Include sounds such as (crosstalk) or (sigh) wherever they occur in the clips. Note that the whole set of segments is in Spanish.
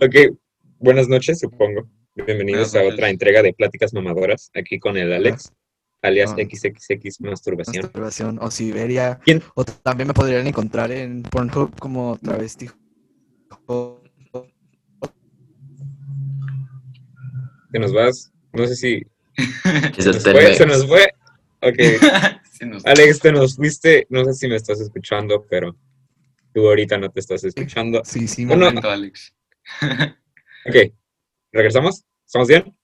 Ok, buenas noches, supongo. Bienvenidos Buenas a noches. otra entrega de Pláticas Mamadoras, aquí con el Alex, alias Ah. XXX Masturbación. Masturbación o Siberia. ¿Quién? O también me podrían encontrar en Pornhub como travesti. O- o- ¿Te nos vas? No sé (laughs) si... Que ¿Se se nos fue? ¿Se espere. nos fue? Ok, Sí, nos- Alex, te nos fuiste. No sé si me estás escuchando, pero tú ahorita no te estás escuchando. Sí, sí, Bueno, me- Momento, Alex. Ok, ¿regresamos? ¿Estamos bien?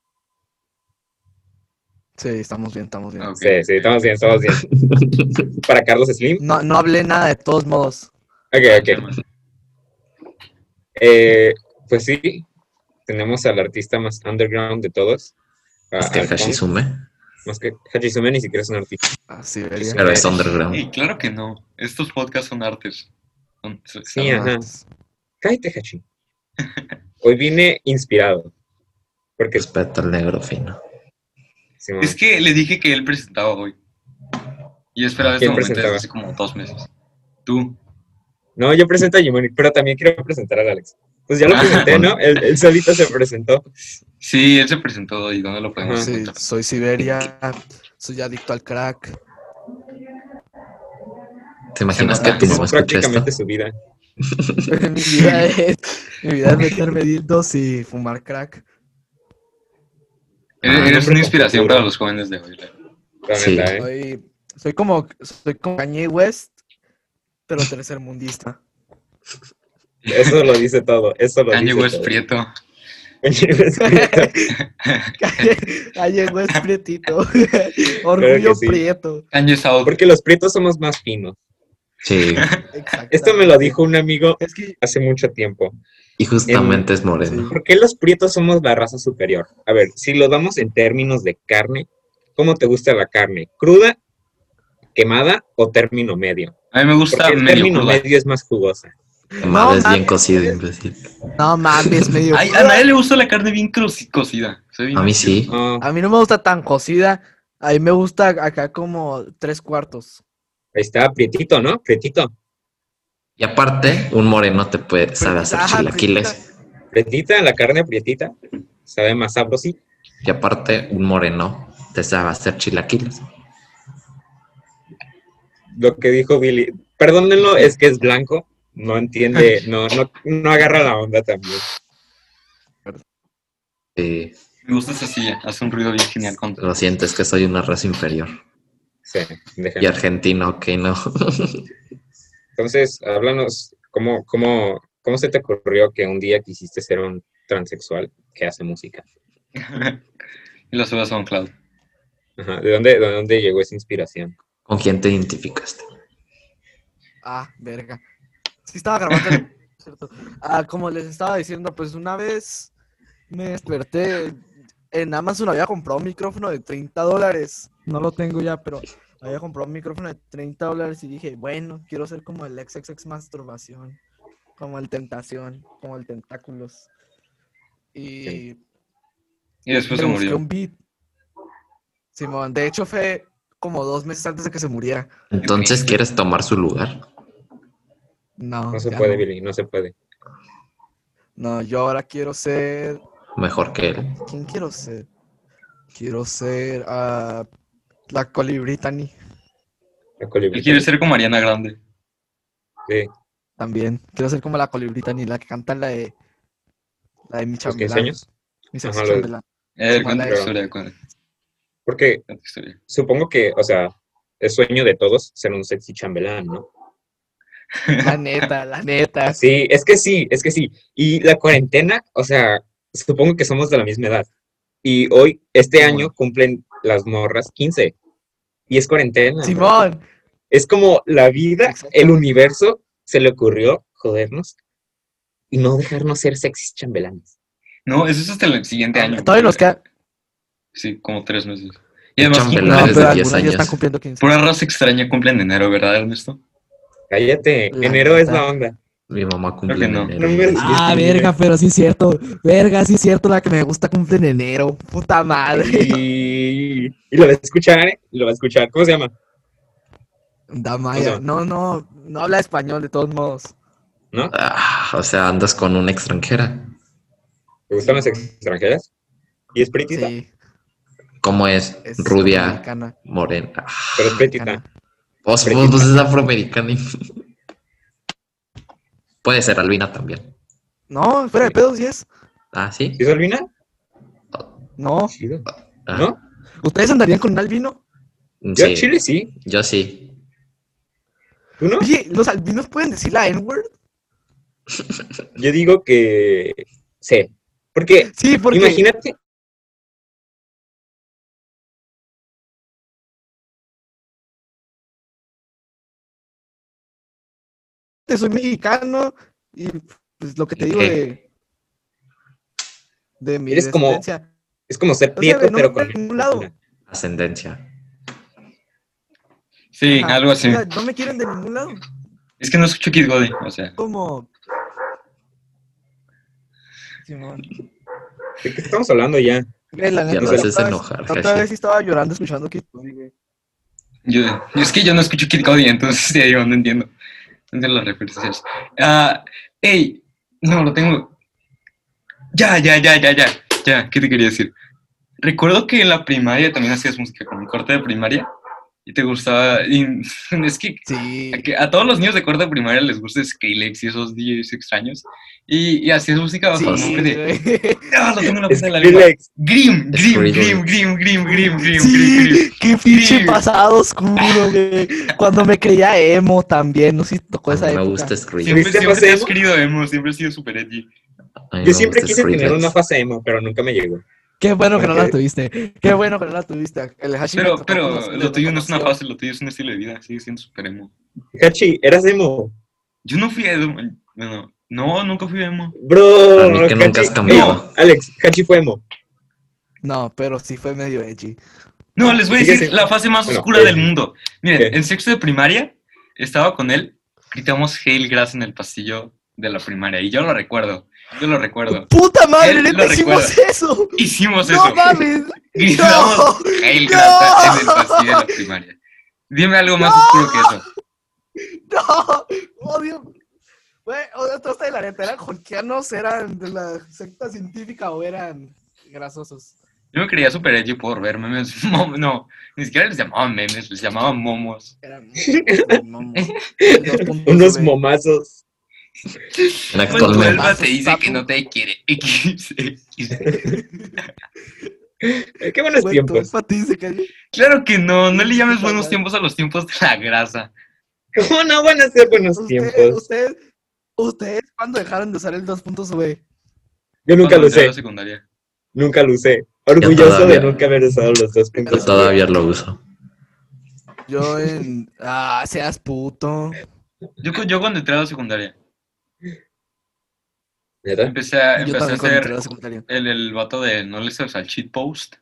sí, estamos bien, estamos bien. Ok. Sí, sí, estamos bien, estamos bien. Para Carlos Slim. No, no hablé nada de todos modos. Ok, ok. Eh, pues sí, tenemos al artista más underground de todos. a- Este Ah, al punk, Hashisume. Más que Hachisume ni siquiera es un artista. Ah, Siberia. Pero es underground. Y claro que no. Estos podcasts son artes. Son- son- Sí, son- ajá. Cállate, Hachi. Hoy vine inspirado. Porque Respeto al negro fino. sí, mamá. Es que le dije que él presentaba hoy. Y esperaba este ¿Quién momento desde presentaba? hace como dos meses. Tú. no, yo presento a Jimoni, pero también quiero presentar al Alex. Pues ya lo Ah. presenté, ¿no? Él, él solito se (laughs) presentó. Sí, él se presentó hoy. ¿Dónde lo podemos Ajá. Sí, encontrar? soy Siberia. Soy adicto (laughs) al crack. (laughs) ¿Te imaginas Se que nota. tu Es (laughs) mamá escucha esto? prácticamente su vida. mi, vida es, mi vida es meterme dildos y fumar crack. Eres, Ah, eres hombre, una inspiración con para cultura. los jóvenes de hoy. la- La Sí. neta, ¿eh? Soy, soy como soy como Kanye West, pero tercermundista. (laughs) (laughs) Eso lo dice todo. Eso lo Kanye dice West todo. Prieto. (laughs) Kanye West Prieto. Calle West Prietito. Orgullo que sí. Prieto. Kanye South. Porque los prietos somos más finos. Sí. Esto me lo dijo un amigo Es que hace mucho tiempo. Y justamente (laughs) es moreno. ¿Por qué los prietos somos la raza superior? A ver, si lo damos en términos de carne, ¿cómo te gusta la carne? ¿Cruda, quemada o término medio? A mí me gusta Porque el medio término cruda. medio es más jugosa. Tu madre es bien mames. cocida, imbécil. no mames, medio. Ay, a nadie le gusta la carne bien cru- cocida. Soy bien A mí crudo. sí. No, A mí no me gusta tan cocida. A mí me gusta acá como tres cuartos. ahí está, prietito, ¿no? Prietito. Y aparte, un moreno te puede sabe hacer Ah, Ajá, chilaquiles. Prietita, la carne prietita. Sabe más sabrosita. Y aparte, un moreno te sabe hacer chilaquiles. Lo que dijo Billy. Perdónenlo, es que es blanco. No entiende, (laughs) no, no, no agarra la onda también. Sí. Me gusta esa silla. Hace un ruido bien genial con Lo siento, es que soy una raza inferior. Sí, Y déjenlo. argentino, ok, no. (laughs) Entonces, háblanos, ¿cómo, cómo, ¿cómo se te ocurrió que un día quisiste ser un transexual que hace música? y lo subes a SoundCloud. Ajá, ¿De, dónde, ¿De dónde llegó esa inspiración? ¿Con quién te identificaste? Ah, verga. Sí estaba grabando. cierto. Ah, como les estaba diciendo, pues una vez me desperté. eh, En Amazon había comprado un micrófono de 30 dólares. No lo tengo ya, pero había comprado un micrófono de 30 dólares y dije, bueno, quiero ser como el XXX masturbación. Como el tentación, como el tentáculos. Y Y después me se busqué murió. un beat. Simón, de hecho fue como dos meses antes de que se muriera. Entonces, ¿quieres tomar su lugar? No, No se ya puede, no. Billy, no se puede. no, yo ahora quiero ser Mejor que él. ¿Quién quiero ser? Quiero ser ah, la Colibritani La Y colibrí. quiere ser como Ariana Grande. Sí, también. Quiero ser como la Colibritani, la que canta la de la de mi los 15 chambelán. años. Mi Ajá, sexy la de- chambelán. A ver, Como Eh, cuenta tu Alex. historia, cuenta Porque cuenta tu historia. supongo que, o sea, es sueño de todos ser un sexy chambelán, ¿no? La neta, (laughs) la neta. Ah, Sí, es que sí, es que sí. Y la cuarentena, o sea, supongo que somos de la misma edad. Y hoy, este año, cumplen las morras 15. Y es cuarentena. ¿no? Simón, Es como la vida, Exacto. el universo, se le ocurrió jodernos y no dejarnos ser sexys chambelanes. No, eso es hasta el siguiente año. Ah, todavía nos güey. queda. Sí, como tres meses. Y además, No, Chambelán. Menores de pero 10 algunos ya están años. cumpliendo 15. pura raza extraña cumple en enero, ¿verdad, Ernesto? Cállate, La enero es la neta. onda. Mi mamá cumple en no. enero. No me- Ah, verga, pero sí es cierto. Verga, sí es cierto. La que me gusta cumple en enero. Puta madre. Y, y lo va a escuchar, ¿eh? Lo va a escuchar. ¿Cómo se llama? Damaya. No, no, no habla español de todos modos. ¿No? Ah, o sea, andas con una extranjera. ¿Te gustan las extranjeras? Y es pretita, Sí, ¿Cómo es? es Rubia, americana, morena. Ah, pero es pretita. americana. Vos, vos, vos es afroamericana. (laughs) Puede ser albina también. No, espera, de pedos, ¿sí es? Ah, sí. ¿Sí es albina? No. Chido. Ah, mm, ¿No? ¿Ustedes andarían con un albino? Yo sí, en Chile sí. Yo sí. ¿Tú no? Oye, ¿los albinos pueden decir la N-word? Yo digo que sí. Porque Sí, porque... imagínate. te soy mexicano y pues lo que te ¿Y digo qué? de de mi Eres como descendencia. Es como ser O sea, prieto, güey, no pero me con. quiero en ningún lado. Ascendencia. Sí, Ajá, algo así. o sea, Ah, no me quieren de ningún lado. Es que no escucho Kid Godi, o sea. Como Simón. ¿De qué estamos hablando ya? Güey, la Ya lo la haces otra vez- enojar, la Otra jeje. vez sí estaba llorando escuchando que güey. Yo, yo- es que yo no escucho Kid Cody, entonces (laughs) te digo, no entiendo. No entiendo las referencias. Ah, ¡Ey! No, lo tengo. Ya, ya, ya, ya, ya. Ya, ¿qué te quería decir? Recuerdo que en la primaria también hacías música, como en corte de primaria. Y te gustaba. y- (laughs) es que Sí. a, que a todos los niños de cuarta primaria les gusta Skrillex y esos DJs extraños. Y, y así es música bajo el nombre de. güey. ¡Ah, lo tengo en la punta de la lengua! Skrillex. Grim, Grim, Skrillex. Grim, Grim, Grim, Grim, Grim, Grim, Grim. Sí, qué pinche Sí. pasado oscuro, güey. Cuando me creía emo también, no sé si tocó Pues esa A mí me época. gusta Skrillex. Siempre, ¿Fuiste siempre fase te has emo? querido emo, siempre has sido super edgy. A mí Yo me siempre gusta quise tener Skrillex. una fase emo, pero nunca me llegó. Qué bueno que no la Ok. tuviste. Qué bueno que no la tuviste. El Hashi me Pero, tocó con los- pero lo tuyo no es una con los- fase, lo tuyo es un estilo de vida, sigue siendo super emo. Hachi, eras emo. Yo no fui emo, bueno, no, nunca fui emo. Bro. A mí que nunca has Hachi- cambiado. No, Alex, Hachi fue emo. No, pero sí fue medio edgy. No, les voy a Sigue decir siendo- la fase más bueno, oscura eh, del mundo. Miren, ok. en sexto de primaria estaba con él, gritamos Hail Grass en el pasillo de la primaria y yo lo recuerdo, yo lo recuerdo. ¡Puta madre! Él ¡Neta lo hicimos eso! Hicimos ¡No eso, (laughs) mames! gritamos no, Hail no. Grass en el pasillo de la primaria. Dime algo más oscuro que eso. ¡No! ¡Odio! Güey, odio todo esto de la neta. ¿Eran jonquianos? ¿Eran de la secta científica o eran grasosos? Yo me creía super edgy por ver memes. (laughs) mom- No, ni siquiera les llamaba memes, les llamaba momos. Eran (laughs) Unos momazos. Era Pues, Cuando Actualmente. el actualmente. vato Pues, te dice que no te quiere. (laughs) X, X. (laughs) Eh, Qué buenos tiempos. Claro que no, no le llames buenos tiempos a los tiempos de la grasa. ¿Cómo no van a ser buenos Ustedes, tiempos? ustedes, ustedes, ¿cuándo dejaron de usar el 2.V? Yo nunca Cuando lo entré a usé, la secundaria. nunca lo usé. Orgulloso de todavía. nunca haber usado los dos Yo puntos. todavía lo uso. Yo en. Ah, seas puto. Yo, cu- yo cuando entré a la secundaria ¿Neta? empecé a, Ah, yo empecé a también cuando entré a hacer la secundaria. el, el vato de no le sabes al cheat post.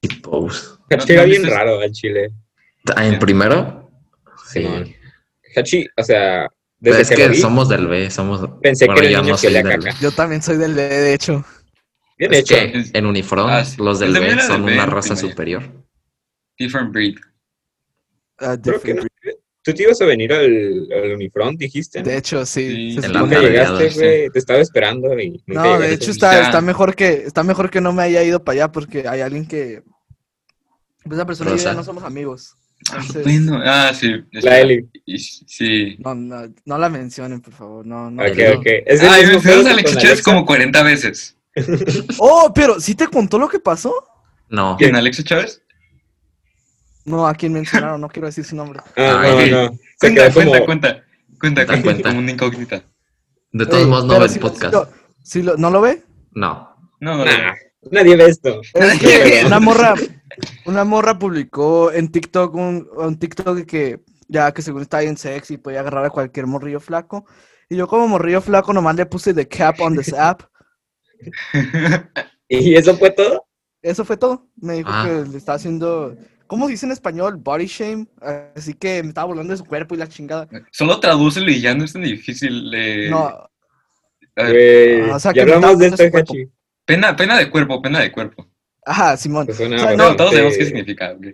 Y pose. Hachi no era bien dices- raro al chile. Ah, en primero. Sí. Simón. Hachi, o sea, Pero desde es que, que lo vi, somos del B, somos. pensé bueno, que yo era el niño no que soy olía a del B. caca. Yo también soy del B, de hecho. Bien Es hecho. que en uniforme, Ah, sí. los El del de mí B era son del B una en raza primaria. superior. Different breed. Ah, Creo que no. de- Tú te ibas a venir al, al Unifront, dijiste. ¿no? De hecho, sí. Sí, Se en supone- la Nunca tarde, llegaste, ya, güey. Te estaba esperando y nunca No, de llegaste. hecho está, Ya. está mejor que está mejor que no me haya ido para allá porque hay alguien que pues, esa persona y yo ya Rosa. no somos amigos. Ah, Entonces- bueno, ah, sí. La Eli. Y- Sí. No, no, no la mencionen, por favor. No, no. Ok, no. ok. Es el Ay, mismo pedo mencionas que a Alex con Ucheres Alexa. como 40 veces. Oh, pero ¿sí te contó lo que pasó? No, ¿Quién, Alex Chávez? No, a quien mencionaron, no quiero decir su nombre. Ah, Ay, sí. no, no. Se Cuenta, quedó como... cuenta, cuenta. Cuenta, Da cuenta, cuenta. como una incógnita. de todos Ey, modos no pero ve el si lo- podcast. si lo- si lo- ¿No lo ve? No. No, no, no. Nah, nadie ve esto. (laughs) Pero- Es que una morra, una morra publicó en TikTok un, un TikTok que ya que según está bien sexy podía agarrar a cualquier morrillo flaco. Y yo como morrillo flaco nomás le puse the cap on (laughs) this app. ¿Y eso fue todo? Eso fue todo. Me dijo Ah. que le estaba haciendo, ¿cómo se dice en español? Body shame. Así que me estaba volando de su cuerpo y la chingada. (laughs) Solo tradúcelo y ya no es tan difícil. eh, No, a ver, Güey, o sea, ya que hablamos de me esto, estaba poniendo su Hachi. Pena, pena de cuerpo, pena de cuerpo. ajá, Simón. Pues suena O sea, no, Pero todos bastante- sabemos qué significa. ok.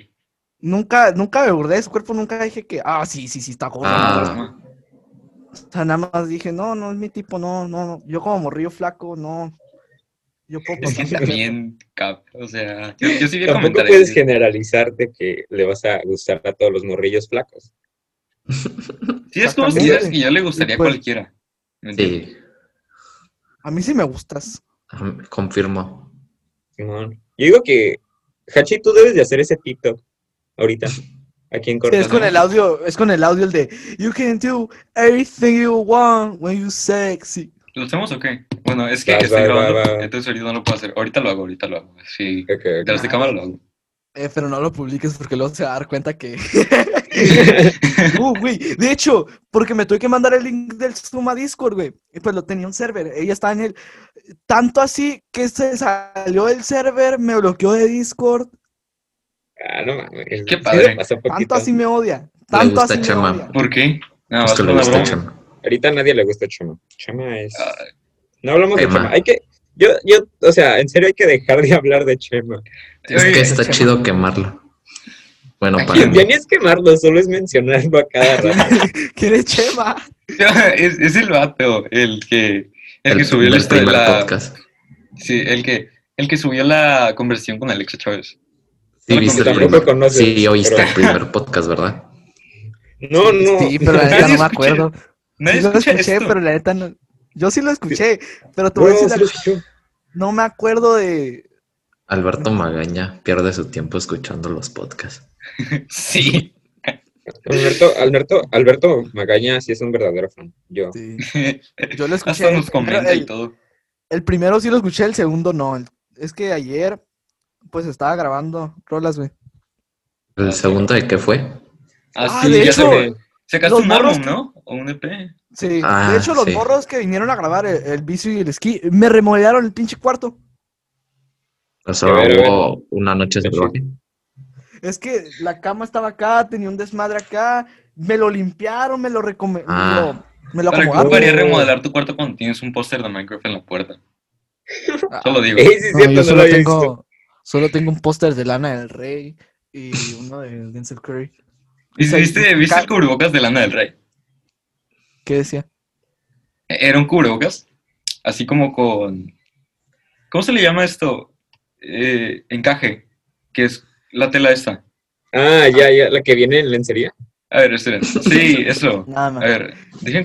Nunca, nunca me burlé de su cuerpo, nunca dije que, ah, sí, sí, sí, está gordo. Ah. O sea, nada más dije, no, no es mi tipo, no, no, no. yo como morrillo flaco, no. Yo puedo Es que contar. también, cap, o sea, yo, yo sí vi Tampoco comentarios. puedes generalizar de que le vas a gustar a todos los morrillos flacos. Sí, es como si Exactamente. dices que yo le gustaría a Y pues- cualquiera. ¿me entiendes? Sí, A mí sí me gustas. am- confirmo. Simón. Yo digo que, Hachi, tú debes de hacer ese TikTok ahorita, aquí en Sí, es con Cortés. el audio, es con el audio el de You can do everything you want when you sexy. ¿Lo hacemos o qué? Bueno, es que Va, estoy va, grabando, va, va. entonces ahorita no lo puedo hacer. Ahorita lo hago, ahorita lo hago. Sí, Ok, ok. detrás de cámara lo hago. Eh, pero no lo publiques porque luego se va a dar cuenta que. Uh, güey. De hecho, porque me tuve que mandar el link del Zoom a Discord, güey. Y pues lo tenía un server. Ella estaba en el. Tanto así que se salió del server, me bloqueó de Discord. Ah, no mames. Qué Sí padre. le pasa Tanto poquito. así me odia. Tanto gusta así me Chama. odia. (laughs) ¿Por qué? Nada es más que le por la gusta broma. Chama. Ahorita a nadie le gusta Chama. Chama es. Ah, No hablamos de Chema. Chema. Hay que. Yo, yo, o sea, en serio hay que dejar de hablar de Chema. Es oye, (laughs) que está chido quemarlo. Bueno, (laughs) ¿A para quién? mí. Ya ni es quemarlo, solo es mencionarlo a cada rato. ¿Quién es Chema? Es, es el vato, el que, el que subió la del historia primer de la... podcast. Sí, el que, el que subió la conversión con Alexa Chávez. Sí, No viste el tampoco primer- conoces, sí, oíste pero- el primer podcast, ¿verdad? No, no. Sí, pero la Nadie neta no me escucha- acuerdo. Nadie sí lo escucha escuché, esto. pero la neta no. Yo sí lo escuché, pero te voy a Bueno, decir sí la- lo escucho. No me acuerdo de. Alberto Magaña pierde su tiempo escuchando los podcasts. (laughs) Sí. Alberto, Alberto, Alberto Magaña sí es un verdadero fan. Yo. (laughs) Yo lo escuché. Hasta nos el primero- comenta y el- todo. El primero sí lo escuché, el segundo no. El- Es que ayer, pues estaba grabando rolas, güey. ¿El segundo de qué fue? Ah, Ah, sí, de ya hecho, se- Sacaste los un álbum, morros- ¿no? O un E EP. Sí. Ah, de hecho, los sí. morros que vinieron a grabar el, el vicio y el esquí me remodelaron el pinche cuarto. O sea, A ver, a ver. hubo una noche Sí, sí. salvaje. Es que la cama estaba acá, tenía un desmadre acá. Me lo limpiaron, me lo recome- Ah. Me lo, me lo Para que acomodamos. acomodaron. ocuparía remodelar tu cuarto cuando tienes un póster de Minecraft en la puerta. Solo (laughs) digo. Ey, sí, es cierto, no lo había visto. solo tengo un póster de Lana del Rey y uno de Denzel Curry. ¿Y si ¿Viste, viste el cubrebocas de Lana del Rey? ¿Qué decía? E, Era un cubrebocas, así como con... ¿Cómo se le llama esto? Eh, encaje, que es la tela esta. Ah, ya, ya, la que viene en lencería. A ver, esperen. Sí, eso. Nada A más. ver, dejen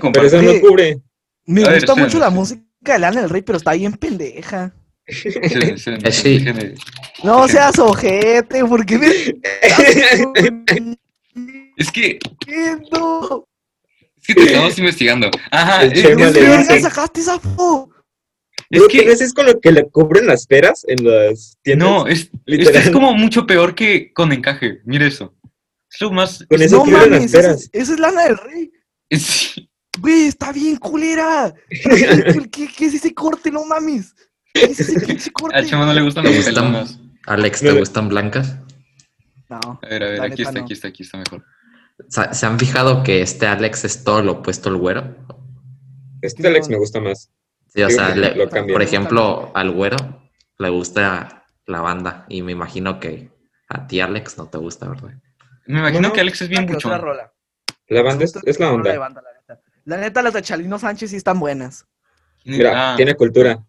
Pero compartir. eso no Sí. cubre. Me A ver, gusta espérame, mucho la espérame. música de Lana del Rey, pero está bien pendeja. Esperen, esperen, Eh, sí. déjenme- No Sí. seas ojete, porque (laughs) me (laughs) Es que, viendo. es que te estamos investigando. Ajá, El es, Chema es- le es dice- que, verga sacaste esa foto? que no es con lo que le cubren las peras en las tiendas. no, es, Literal. esto es como mucho peor que con encaje. Mira eso. Es lo más... con eso No cubren las mames, esa peras. es, esa es Lana del Rey. (laughs) es- Güey, está bien culera. ¿Qué, qué, qué es ese corte? No mames. ¿Qué es ese (laughs) pinche corte? Al chama no le gustan ¿Te Eh, los gustan? pelonas. Alex, No ¿te le- gustan blancas? No. A ver, a ver, La aquí neta está, no. aquí está, aquí está mejor. ¿Se se han fijado que este Alex es todo lo opuesto al güero? Este Alex me gusta más. Sí, o Sí, sea, lo le- cambié. por ejemplo, al güero le gusta la banda y me imagino que a ti, Alex, no te gusta, ¿verdad? Me imagino No, no, que Alex es bien Ah, que otra buchón. rola. La banda es, es la Rola de onda. banda, la neta. La neta, las de Chalino Sánchez sí están buenas. Mira, Ah, tiene cultura.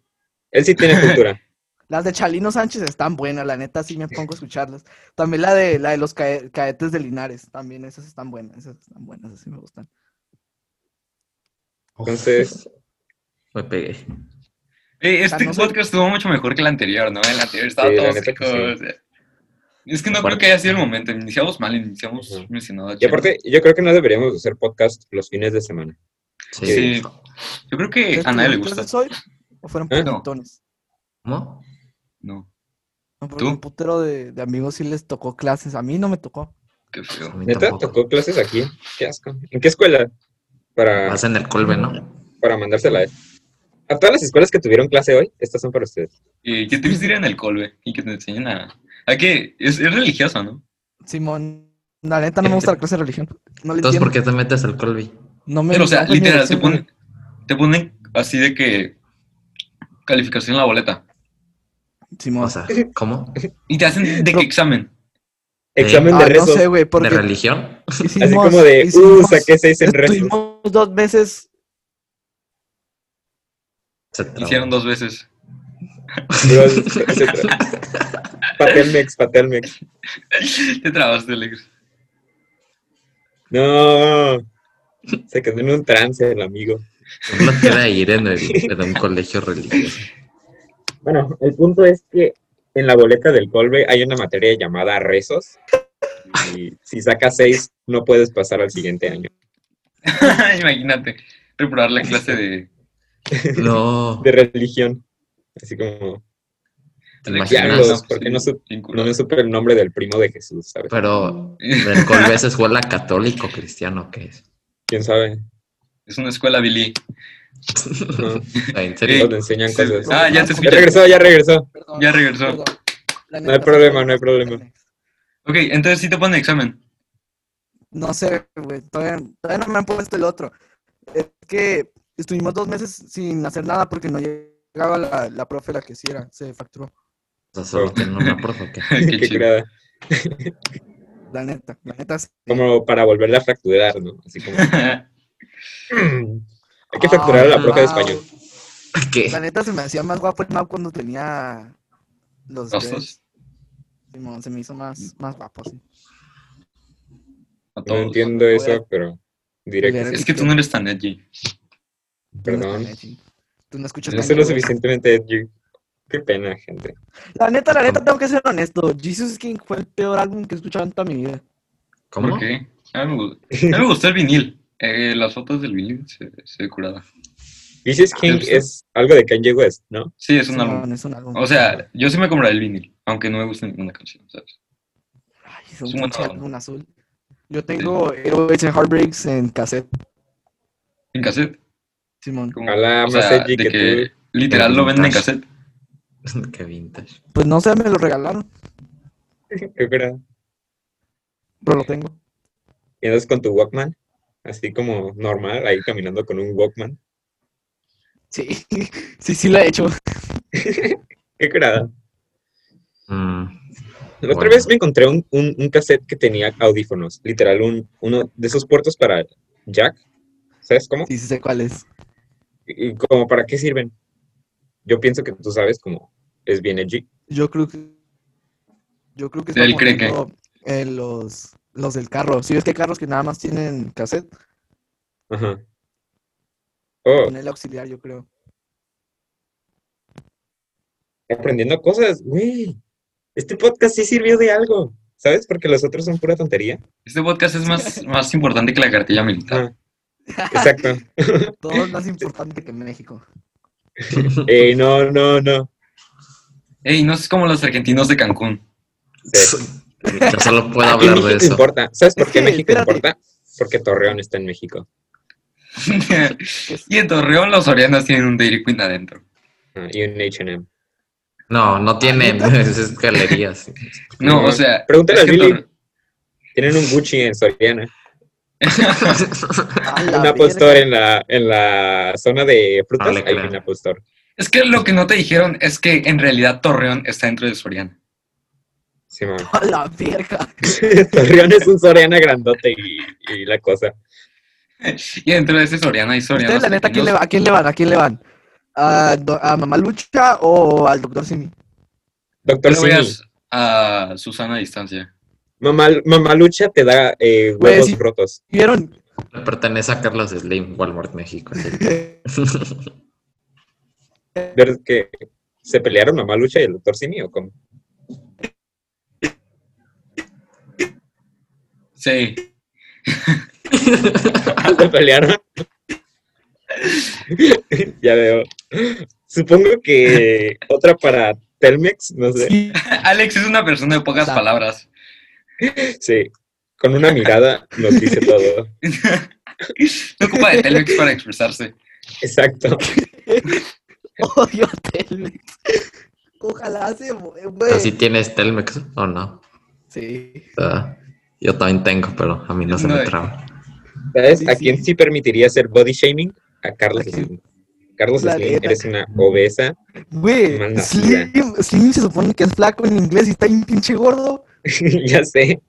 Él sí (laughs) tiene cultura. Las de Chalino Sánchez están buenas, la neta sí me pongo a escucharlas. También la de la de los cae- cadetes de Linares, también esas están buenas, esas están buenas, esas sí me gustan. (laughs) Entonces, Me pegué. eh, este Ah, no sé. podcast estuvo mucho mejor que el anterior, ¿no? El anterior estaba Sí, la todo neta seco. que sí. o sea. Es que no creo que Aparte- haya sido el momento. Iniciamos mal, iniciamos Ujú. mencionado. a y Chema. aparte, yo creo que no deberíamos hacer podcast los fines de semana. Sí. Sí. yo creo que ¿Ustedes a nadie le gusta. tuvieron clases hoy? ¿O fueron ¿Eh? No. putones? ¿Cómo? No, No, porque ¿Tú? un putero de, de amigos sí les tocó clases, a mí no me tocó. qué A feo. mí ¿Neta? tampoco. ¿Tocó clases aquí? Qué asco. ¿En qué escuela? Ah, Para, Vas en el Colbe, ¿no? para mandársela a él. A todas las escuelas que tuvieron clase hoy, estas son para ustedes. Eh, ¿Qué te gustaría en el colbe? Y que te enseñen a. ¿A qué? Es, es religiosa, ¿no? Simón, la neta no me gusta la clase de religión. No le Entonces, entiendo. ¿por qué te metes al Colby? No me pues, Pero, o sea, no fue mi literal, te elección, ponen, güey. te ponen así de que. Calificación en la boleta. Simón. O sea, ¿cómo? ¿De Y te hacen de qué Pro- examen. Examen Ah, de no rezos. sé, güey, porque religión? así hicimos- como de, uh, hicimos- saqué seis (laughs) en rezos. (laughs) Estuvimos dos veces Se trabó. Hicieron dos veces. (laughs) (laughs) Patelmex, Patelmex. Te trabaste, Alex. (laughs) No. Se quedó en un trance el amigo. No queda ir en, el- en un colegio religioso. Bueno, el punto es que en la boleta del Colbe hay una materia llamada rezos. Y si sacas seis, no puedes pasar al siguiente año. Imagínate, reprobar la clase de... No. De religión. Así como, ¿Te Diablos. imaginas? ¿por qué no su- bien no culo. me supe el nombre del primo de Jesús, ¿sabes? Pero el Colbe es escuela católico cristiano, ¿qué es? ¿Quién sabe? Es una escuela Billy. No, ¿En Sí. serio? donde enseñan Sí. cosas. Ah, ya te Ya escuché. regresó, ya regresó. Perdón, Ya regresó. perdón. La No hay neta, problema, sí. no hay problema. Ok, entonces sí te ponen examen. (laughs) No sé, güey. Todavía, todavía no me han puesto el otro. Es que estuvimos dos meses sin hacer nada porque no llegaba la, la profe la que sí era. Se facturó. O sea, solo tiene una profe, ¿o qué? (laughs) Qué Qué (laughs) chido. curada. La neta. La neta sí. Como para volverla a fracturar, ¿no? Así como. (clears throat) Hay que fracturar a la Ah, profe de español. Ah, La ¿Qué? neta se me hacía más guapo el map cuando tenía los dreads. Rostros. Simón, se me hizo más, más guapo, sí. A No todos. entiendo eso, pero directo. Es que tú no eres tan edgy. Perdón. Tú no escuchas No tan soy lo bien. suficientemente edgy. Qué pena, gente. La neta, la neta, tengo que ser honesto. Jesus King fue el peor álbum que he escuchado en toda mi vida. ¿Cómo? ¿Por qué? A mí me (laughs) gustó, a mí me gustó el vinil. Eh, las fotos del vinil se, se curaba. Vicious King es algo de Kanye West, ¿no? Sí, es un Simón, álbum. es un álbum. O sea, yo sí me compraré el vinil, aunque no me gusta ninguna canción, ¿sabes? Ay, es un es un buen pinche álbum. álbum azul. Yo tengo Heroes and Heartbreaks en cassette, En cassette. Simón. Como, Ojalá o más sea, edgy de que que literal lo venden en cassette. (laughs) Qué vintage. Pues no sé, me lo regalaron, Qué curada. pero lo tengo. Y andas con tu Walkman, así como normal, ahí caminando con un Walkman. (laughs) Sí, (laughs) sí, sí la he hecho. Qué curada. Mm, La otra Bueno. vez me encontré un, un, un cassette que tenía audífonos, literal, un, uno de esos puertos para jack. ¿Sabes cómo? Sí, sí sé cuál es. ¿Y como para qué sirven? Yo pienso que tú sabes como es bien edgy. Yo creo que. Yo creo que Él cree que- poniendo, eh, los, los del carro. Si ves que hay carros que nada más tienen cassette, Ajá. Oh, poner el auxiliar, yo creo. aprendiendo cosas, güey. Este podcast sí sirvió de algo, ¿sabes? Porque los otros son pura tontería. Este podcast es (laughs) más, más importante que la cartilla militar. Ah, (laughs) exacto. Todo es más importante que México. Ey, Eh, no, no, no. Ey, no es como los argentinos de Cancún. (laughs) Sí. Yo solo puedo Aquí (laughs) hablar de México eso. importa. ¿Sabes por Es qué que, México espérate. importa? Porque Torreón está en México. (laughs) y en Torreón los Orianas tienen un Dairy Queen adentro. Ah, y un H&M. No, no tienen. (laughs) Es galerías. No, No, o sea... pregúntale es al que Billy. Tienen un Gucci en Soriana. Torre- A la Un verga. Apple Store en la, en la zona de frutas. Vale, hay claro. un Apple Store. es que lo que no te dijeron es que en realidad Torreón está dentro de Soriana. Sí, mamá. A la verga. (laughs) Torreón es un Soriana grandote y, y la cosa. Y dentro de ese Soriana hay Soriana. Ustedes, la neta, ¿a quién, le va- ¿a quién le van? ¿A quién le van? ¿A, do- a Mamá Lucha o al Doctor Simi? Doctor voy a, Simi, a Susana a distancia. mamá, mamá Lucha te da eh, Güey, huevos sí. rotos. ¿Vieron? Le (laughs) pertenece a Carlos Slim, Walmart México. sí. (laughs) ¿Verdad que se pelearon mamá Lucha y el Doctor Simi o cómo? Sí. (laughs) (laughs) ¿Se pelearon? ya veo. Supongo que otra para Telmex, no sé. Sí. Alex es una persona de pocas Sa- palabras. Sí, con una mirada nos dice todo. No ocupa de Telmex para (laughs) expresarse. Exacto. Odio a Telmex. Ojalá se eh, güey. ¿Así tienes Telmex o no? Sí. O sea, yo también tengo, pero a mí no se No, me eh. traba. ¿Sabes Sí, a sí. quién sí permitiría hacer body shaming? A Carlos ¿A quién? Slim. Carlos La Slim, neta. eres una obesa. (laughs) Mal Güey, nacida. Slim, Slim se supone que es flaco en inglés y está bien pinche gordo. (laughs) ya sé.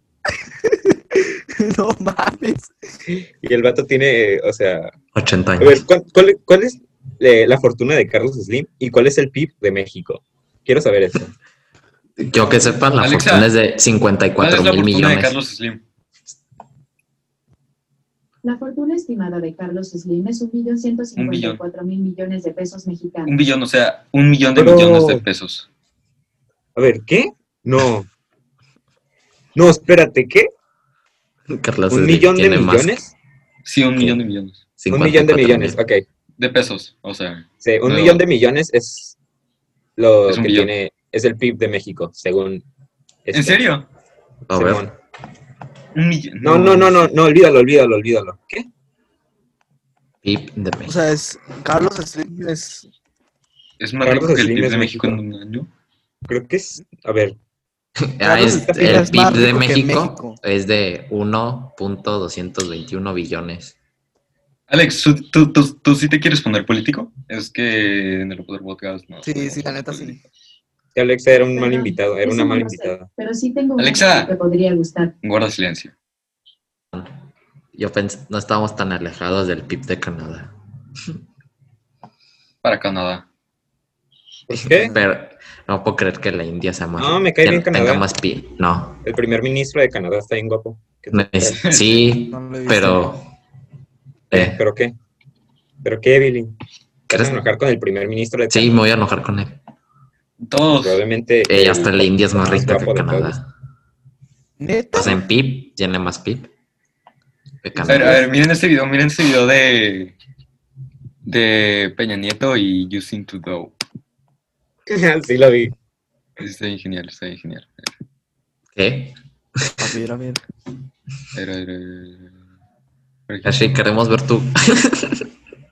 No mames. Y el vato tiene, eh, o sea, 80 A ver, años. ¿cuál, cuál- cuál es eh, la fortuna de Carlos Slim y cuál es el PIB de México? Quiero saber eso. Yo que sepas, la Alexa, fortuna es de ¿Cuál 54 es la mil fortuna de millones. Carlos Slim? La fortuna estimada de Carlos Slim es un billón ciento cincuenta y cuatro mil millones de pesos mexicanos. Un billón, o sea, un millón de Pero- millones de pesos. A ver, ¿qué? No. No, espérate, ¿qué? Carlos ¿Un Slim millón de tiene más millones? Sí, un millón de millones. Un millón de 54 millones, mil. ok. De pesos, o sea. Sí, un No. millón de millones es lo Es un que billón. tiene, es el PIB de México, según. este, ¿En serio? A Simón. ver, Un millón. No, no, no, no, no, olvídalo, olvídalo, olvídalo. ¿Qué? PIB de O México. sea, es Carlos Slim es Es más Carlos rico que el Slim PIB es de México en México. un año. Creo que es. A ver, Ah, Carlos es- Slim el es más PIB de rico que México, México. es de 1.221 billones. Alex, ¿tú, tú, tú, tú sí te quieres poner político? Es que en el otro podcast no. Sí, no, sí, la neta no, sí. que Alexa era un mal Perdón, invitado, era eso una no mala lo sé, invitada. Pero sí tengo un Alexa. que te podría gustar. Guarda silencio. Yo pensé, no estábamos tan alejados del PIB de Canadá. Para Canadá. ¿Por qué? Pero no puedo creer que la India sea más. No, me cae que bien tenga Canadá. más PIB. No. El primer ministro de Canadá está bien guapo. ¿Qué no tal? (laughs) es- sí, No lo he visto. pero. eh, ¿Pero qué? ¿Pero qué, Billy? ¿Te ¿Vas ¿crees- a enojar con el primer ministro de Sí, Canadá? me voy a enojar con él. Todos. Probablemente. Eh, el- hasta la India es más el rica que guapo de todos. Canadá. ¿Neta? O sea, en PIB, tiene más PIB. que A ver, a Canadá. ver, miren este video, miren este video de. de Peña Nieto y Justin to Go. (laughs) sí, lo vi. Está bien genial, está bien genial. ¿Qué? A ver, a ver. Era, era, era. Porque- Ashley, queremos ver tú.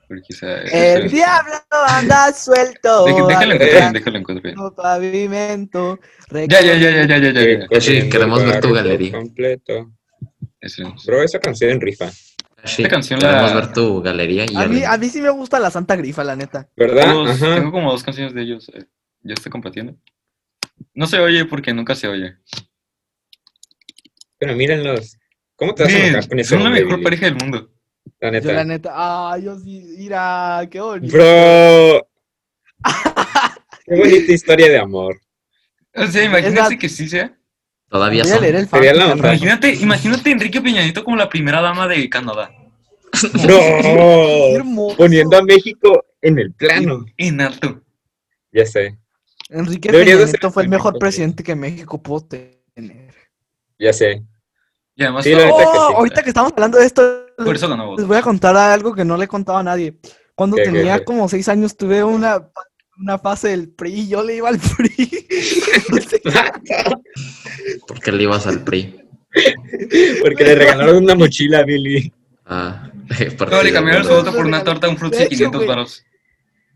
porque sea- sea- El diablo anda suelto. este, Deje- Déjalo encontrar bien, arrastrando déjalo encontrar bien. Pavimento. Ya, ya, ya, ya, ya, ya, ya, ya. Ashley, queremos ver tu Barrio galería. Eh, Completo. Eso es. Bro, esa canción en rifa. Ashley, Esta canción la- queremos ver tu galería. Y A mí, el- a mí sí me gusta la Santa Grifa, la neta. ¿Verdad? Tengo, dos- Ajá. tengo como dos canciones de ellos. eh, ¿Ya estoy compartiendo? No se oye porque nunca se oye. Pero mírenlos. ¿Cómo te vas a Miren, enojar con ese son la hombre, mejor Billy? pareja del mundo. La neta. Yo la neta, ah, yo sí, mira, qué bonito. Bro. (laughs) Qué bonita historia de amor. O sea, Es imagínate la- que sí sea. Todavía Voy a son. leer el Sería la fanfic, onda. carnal. Imagínate, imagínate a Enrique Peñanito como la primera dama de Canadá. Qué No. hermoso. Poniendo a México en el plano. En alto. Ya sé, Enrique Debería de Peña Nieto ser fue el mejor México, presidente que México pudo tener. ya sé. Y además, Sí, la neta que Oh, sí. ahorita que Pues, estamos hablando de esto, por eso ganó les votos. voy a contar algo que no le he contado a nadie. Cuando ¿Qué, qué, tenía qué? como seis años tuve una, una fase del PRI y yo le iba al (laughs) PRI. No sé Porque le ibas al PRI. Porque le regalaron una mochila a Billy. Ah, (laughs) No, le cambiaron su Partido. voto por una torta, un frutti De de hecho, 500 güey. baros.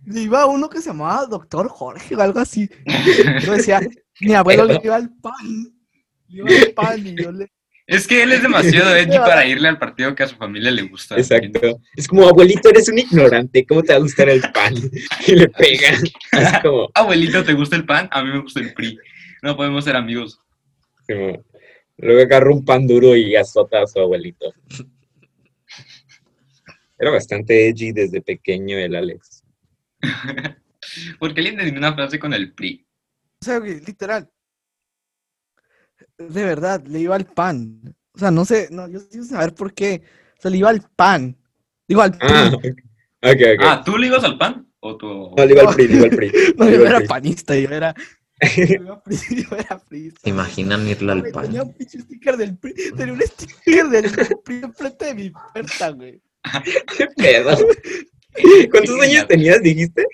Le iba a uno que se llamaba Doctor Jorge o algo así. Yo decía, mi abuelo le iba al pan. Le iba al pan y yo le. Es que él es (laughs) demasiado edgy para irle al partido que a su familia le gusta. Exacto. Es como, abuelito, eres un ignorante. ¿Cómo te va a gustar el pan? Y le pega. Es como, Abuelito, ¿te gusta el pan? A mí me gusta el PRI. No podemos ser amigos. como- Luego agarra un pan duro y azota a su abuelito. Era bastante edgy desde pequeño el Alex. Porque alguien terminó una frase con el PRI. O sea, güey, literal. De verdad, le iba al pan. O sea, no sé, no, yo quiero saber por qué. O sea, le iba al pan. Digo al PRI. Ah, ok, ok. ok. Ah, ¿tú le ibas al pan? ¿O tú? No, le iba al PRI, le iba al PRI. (laughs) No, Le yo iba era al PRI. panista, yo (laughs) era. Yo era PRI, yo era PRI. ¿Se imaginan irle al Güey, PAN? Tenía un pinche sticker del PRI. Tenía un sticker del PRI enfrente de mi puerta, güey. ¿Qué pedo? ¿Cuántos años tenías, dijiste?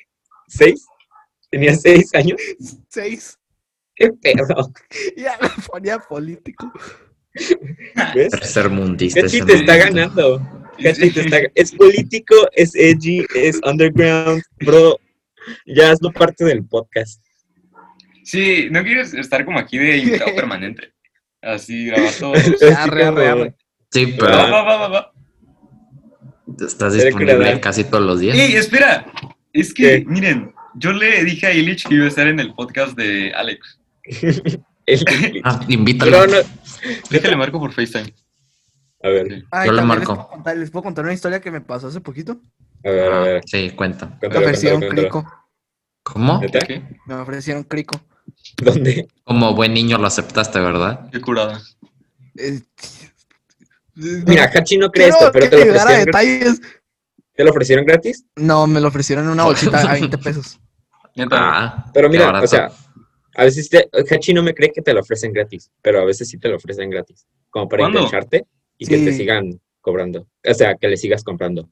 ¿Seis? ¿Tenías seis años? Seis. ¿Qué pedo? Y ya me ponía político. ¿Ves? Tercer mundista. Cachi ese te está mundista. ganando. Cachi te "Este está Es político, es edgy, es underground. Bro, ya hazlo parte del podcast. (laughs) Sí, no quieres estar como aquí (laughs) de invitado permanente. Así grabas todo. Arre, arre, arre. Sí, Va, pero va, va, va, va. estás Ah, Era disponible creador. casi todos los días. ¡Ey, espera! Es que, ¿Qué? miren, yo le dije a Illich que iba a estar en el podcast de Alex. El- Ah, invítalo. Bro, no- Déjale marco por FaceTime. A ver, Ay, Yo le también marco. Les puedo, contar, les puedo contar una historia que me pasó hace poquito. a Ah. ver, a ver. Sí, cuenta. Cuéntalo, Me ofrecieron cuéntalo, cuéntalo. crico. ¿Cómo? ¿Neta? ¿Qué? Me ofrecieron crico. ¿Dónde? (laughs) Como buen niño lo aceptaste, ¿verdad? Qué curada. Eh, Mira, Hachi no cree esto, pero quiero que te lo, me llegara ofrecieron, gra- detalles. te lo ofrecieron gratis. No, me lo ofrecieron en una bolsita a (laughs) 20 pesos. Neta. Ah, Pero qué mira, barato. o sea, a veces te, Hachi no me cree que te lo ofrecen gratis, pero a veces sí te lo ofrecen gratis, como para ¿Cuándo? engancharte y que te Sí. sigan cobrando. O sea, que le sigas comprando.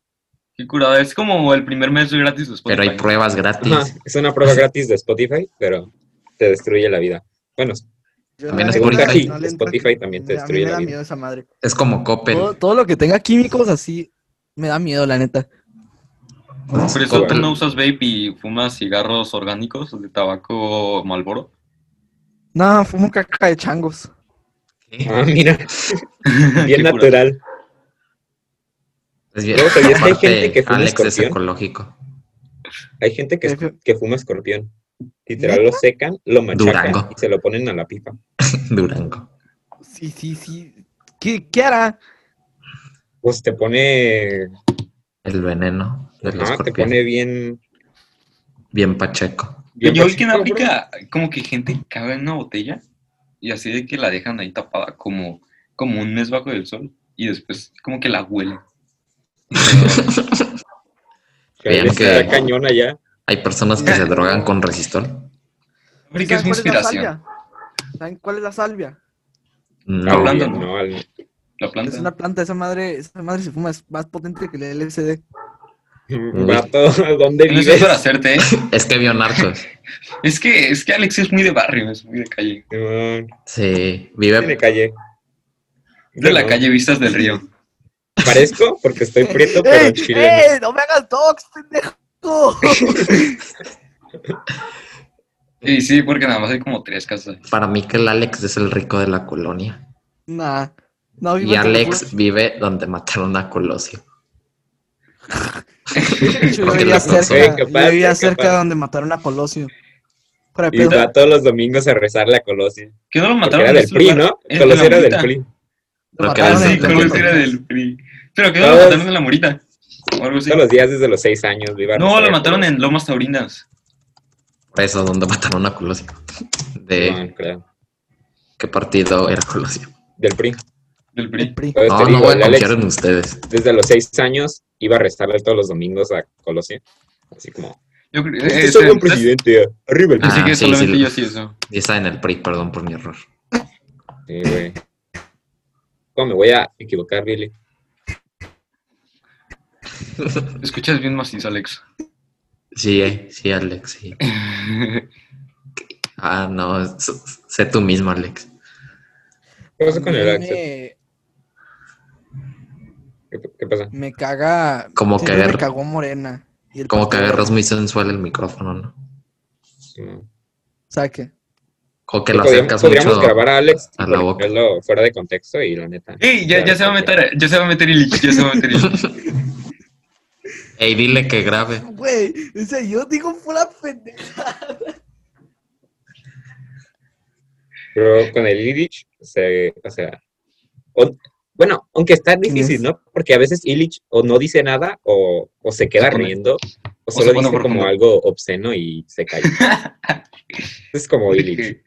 Qué curada. Es como el primer mes gratis después. Pero hay pruebas gratis. Ajá, es una (laughs) prueba gratis de Spotify, pero te destruye la vida. Bueno, Yo También la es neta, por le ahí. entré. Spotify también te Me- a mí destruye me la da vida. miedo esa madre. Es como Coppel. Todo, todo lo que tenga químicos así me da miedo, la neta. Por eso tú Coppel. no usas vape y fumas cigarros orgánicos de tabaco (laughs) Malboro. No, fumo caca de changos. Sí. Ah, (laughs) mira, bien natural. Es bien- Luego, ¿sabías que hay aparte, gente que fuma Alex es escorpión? ecológico. (laughs) Hay gente que, es- Efe- que fuma escorpión. Literal, lo secan, lo machacan Durango. y se lo ponen a la pipa. Durango. Sí, sí, sí. ¿Qué, qué hará? Pues te pone. El veneno del ah, te escorpión. pone bien. Bien pacheco. bien Yo vi que en pacheco, África como que gente caga en una botella y así de que la dejan ahí tapada como, como un mes bajo del sol y después como que la huelen. bro. Que Bien les que- da cañón allá. Hay personas Ah. que se drogan con resistol. Pues África es ¿Saben cuál la inspiración. salvia? ¿Saben cuál es la salvia? No, No, Hablando, bien, ¿no? no, al- La planta. Es una planta, esa madre, esa madre se fuma, es más potente que el LSD. Vato, (laughs) ¿dónde No es vives? para hacerte, ¿eh? es que (laughs) vio narcos. Es que, es que Alex es muy de barrio, es muy de calle. Simón, Sí, Viene vive. calle. De Yo la no. calle vistas del río. Parezco porque estoy (laughs) prieto, pero ¡Ey! al chile Eh, no. ¡Ey! ¡No me hagas tox, pendejo! (laughs) Y sí, porque nada más hay como tres casas. Para mí que el Alex es el rico de la colonia. nah. No, vivo Y entre Alex puros- vive donde mataron a Colosio. Yo porque vivía las cosas- cerca, Ey, yo capaz, vivía capaz. cerca de donde mataron a Colosio. pues, Fuera de Y pedo. va todos los domingos a rezarle a Colosio. ¿Qué no lo Porque mataron? era en del ese PRI, lugar? ¿no? En Colosio la era del murita. Pri. Lo Lo que Ah, mataron desde sí, en entonces- Colosio Colosio. era del PRI. Pero que no lo Todos- mataron en la morita. O algo así. Todos los días desde los seis años. lo iba a No, rezar lo a mataron Colosio. en Lomas Taurinas. Por eso, donde mataron Pues, a Colosio. ¿De Simón, claro. qué partido era Colosio? Del PRI. Del PRI. El PRI. Entonces No, Pues te no digo, voy el a Alex confiar en ustedes. desde los seis años iba a rezarle todos los domingos a Colosio. Así como, Yo creo este eh, es un se- buen presidente, eh. arriba el PRI. Así Ah, que sí, solamente sí. yo sí eso. Y está en el PRI, perdón por mi error. Sí, güey. ¿Cómo me voy a equivocar, Billy? Escuchas bien macizo, Alex. Sí, eh, sí, Alex, sí. Ah, no, s- s- sé tú mismo, Alex. ¿Qué pasa con el Axel? Me, ¿Qué, qué pasa? me caga. Como siempre cagar- Me cagó Morena. Y el Como que partido agarras muy sensual el micrófono, ¿no? Simón. Saque. O que lo Podríamos, acercas podríamos mucho. grabar a Alex y a la boca. ponerlo fuera de contexto y la neta. ¡Ey! Ya, ya se va a meter, ya se va a meter Illich, ya se va a meter Illich. Ey, dile que grabe. Güey, o sea, yo digo fuera (laughs) pendeja. Pero con el Illich, se- o sea. o- bueno, aunque está difícil, es? ¿no? Porque a veces Illich o no dice nada o, o se queda Se pone- riendo o se solo pone dice como profundo. algo obsceno y se (laughs) calla. es como Illich.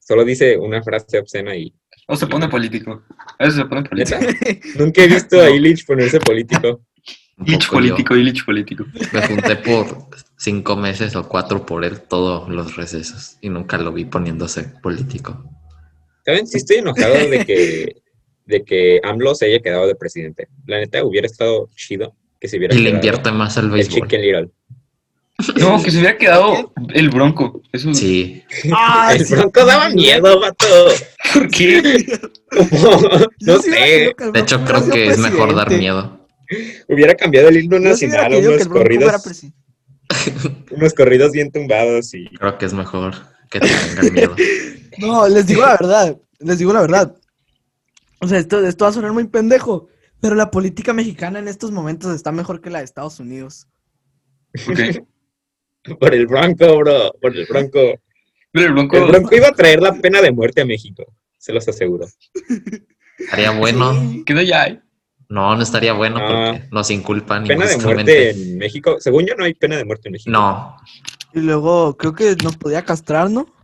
Solo dice una frase obscena y. O se pone político. A veces se pone político. (laughs) ¿Neta? Nunca he visto a Illich ponerse político. Un Illich poco yo. político, Illich político. Me junté por cinco meses o cuatro por él todos los recesos y nunca lo vi poniéndose político. ¿Saben? Sí estoy enojado de (laughs) que, de que AMLO se haya quedado de presidente. La neta, hubiera estado chido que se hubiera Y le quedado invierte más al el béisbol. Chicken Little. No, que se hubiera quedado el bronco. Eso, Sí, Ah, el sí. Bronco (laughs) daba miedo, vato. ¿Por qué? Como, Yo (laughs) no sí hubiera sé, querido que el de Bronco hecho hubiera creo sido que es mejor dar presidente. miedo. hubiera cambiado el himno Yo sí nacional hubiera a querido que unos el Bronco fuera corridos, presidente. unos corridos bien tumbados y (laughs) Creo que es mejor que te tengan miedo. No, les digo la verdad, les digo la verdad. O sea, esto, esto va a sonar muy pendejo, pero la política mexicana en estos momentos está mejor que la de Estados Unidos. ¿Por qué? por el Bronco, bro, por el Bronco. Pero el bronco, El Bronco iba a traer la pena de muerte a México, se los aseguro. (laughs) Estaría bueno. Sí. queda ya. ¿eh? No, no estaría bueno Ah. porque nos inculpan Pena de muerte injustamente. en México, según yo no hay pena de muerte en México. No, Y luego creo que nos podía castrar, ¿no?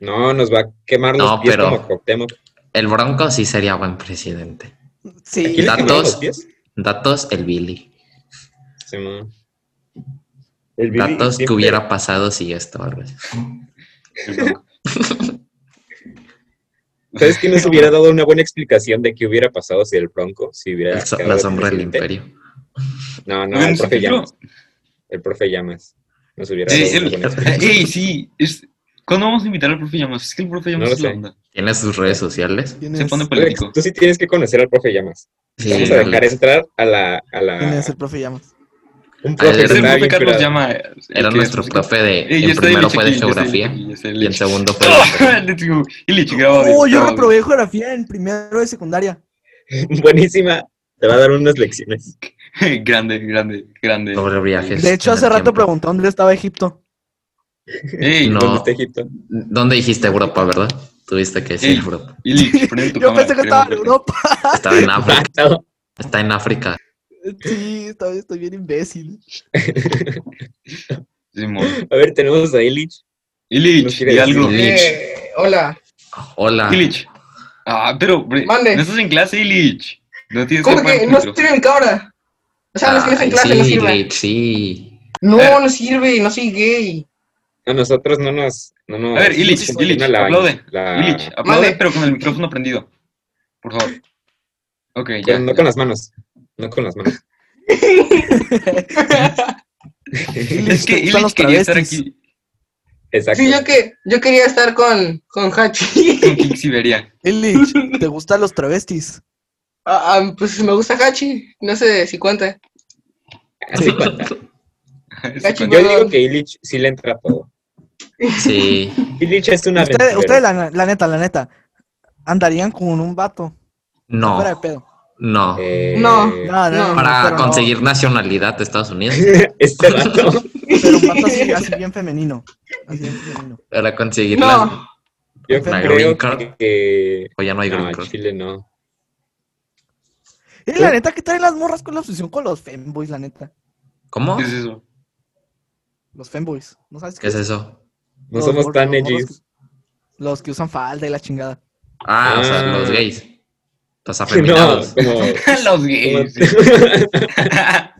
No, nos va a quemar los No, pies pero- como Cuauhtémoc. El Bronco sí sería buen presidente. ¿Aquí Sí. le quemaron Datos. los pies? Datos, el Billy. Simón. El Billy Datos que siempre- hubiera pasado si esto, algo así. El bronco. ¿Sabes quién nos hubiera dado una buena explicación de qué hubiera pasado si el Bronco si hubiera El so- quedado la de sombra del presidente? imperio. No, no, Bueno, el profe sí, pero- Llamas. El profe Llamas. Nos hubiera Sí, dado una el- buena explicación. Eh, Ey, sí. es- ¿Cuándo vamos a invitar al profe Llamas? Es que el profe Llamas No lo es la sé. onda. ¿Tiene sus redes sociales? ¿Quién Se es? pone Alex, político. tú sí tienes que conocer al profe Llamas. Sí, Vamos a dejar Alex. entrar a la. A ¿Quién la es el profe Llamas? un profe Ah, el Es que el está profe bien Carlos curado. Llama. Era nuestro profe de... el primero fue de geografía y el segundo fue (laughs) de... Y le chingaba de- Oh, yo reprobé geografía en primero de secundaria. (laughs) Buenísima. Te va a dar unas lecciones. (laughs) grande, grande, grande. sobre viajes. De hecho, Este, en hace el rato tiempo. preguntó dónde estaba Egipto. Ey, (laughs) No. ¿Dónde está Egipto? ¿Dónde dijiste Europa, verdad? Tuviste que decir Ey. Europa. Ili, (laughs) prende tu Yo cámara, pensé que queremos estaba en verlo. Europa. (laughs) Estaba (laughs) en África. Matado. Está en África. Sí, estoy, estoy bien imbécil. Simón. A ver, tenemos a Illich. Nos Ilich, quiere di decir. algo. Ilich. Eh, hola, Hola. Ilich. Ah, pero, bre, Mande. no estás en clase, Ilich. No tienes ¿cómo pagar que no filtro. estoy en cámara? O sea, no estoy en Ay, clase, no sí, Ah. sirve. Lich, sí. Eh. No, no sirve, no soy gay. A nosotros no nos. No nos A ver, Illich, no Illich, la- aplaude. la- Ilich, aplaude, Mande. pero con el micrófono prendido. Por favor. Ok, ya. Con- no con las manos. No con las manos. (laughs) Es que Te gustan los Ilich quería estar travestis. aquí Exacto. Sí, yo que yo quería estar con, con Hachi. (laughs) con King Siberia. (laughs) Illich, ¿te gustan los travestis? Ah, ah, pues me gusta Hachi, no sé si cuenta. Así cuenta. Ese Cachi, con- Yo digo que Illich sí le entra a todo. Sí. Illich es una. Ustedes, ustedes, la, la neta, la neta, andarían con un vato. No. Fuera de pedo. No. Eh, No. No, no, No. no, Para pero no. conseguir nacionalidad de (laughs) Estados Unidos. Este vato. Pero un vato así, así bien femenino. Así bien femenino. Para conseguir No, la... Yo La creo green card. que. O ya no hay No, green card. Chile no. Y ¿Eh? la neta, ¿qué traen las morras con la obsesión con los femboys, la neta? ¿Cómo? ¿Qué es eso? (laughs) Los femboys. ¿No sabes ¿Qué es eso? (laughs) No Los somos mor- tan los (laughs) morros edgys. que- Los que usan falda y la chingada. Ah, o sea, Ah. los gays. Los No, afeminados. (laughs) como. Los gays.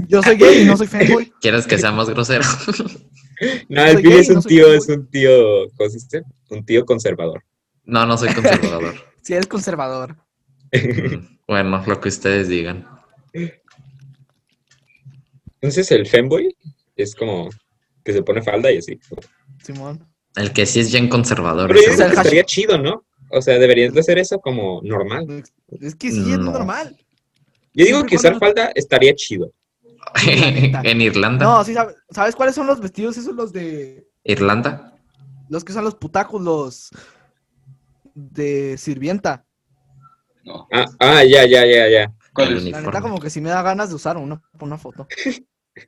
Yo soy gay y no soy (laughs) femboy. ¿Quieres que seamos groseros? (laughs) no, el soy Billy gay, es un no soy tío, gay. es un tío. ¿Cómo se dice? Un tío conservador. No, no soy conservador. Si eres conservador. Mm, (laughs) Bueno, lo que ustedes digan. Entonces el femboy es como que se pone falda y así. Simón. El que sí es bien conservador. Pero yo es digo el- que el hashtag. estaría chido, ¿no? O sea, deberían de hacer eso como normal. Es que sí, es No. normal. Yo digo Siempre que y usar cuando falda estaría chido. planeta. (laughs) en Irlanda. No, sí, sabes, ¿sabes cuáles son los vestidos? Esos los de. Irlanda. Los que usan los putacos, los. De sirvienta. No, Ah, ah, ya, ya, ya, ya. ¿cuál el es? La uniforme. neta, como que sí me da ganas de usar uno por una foto.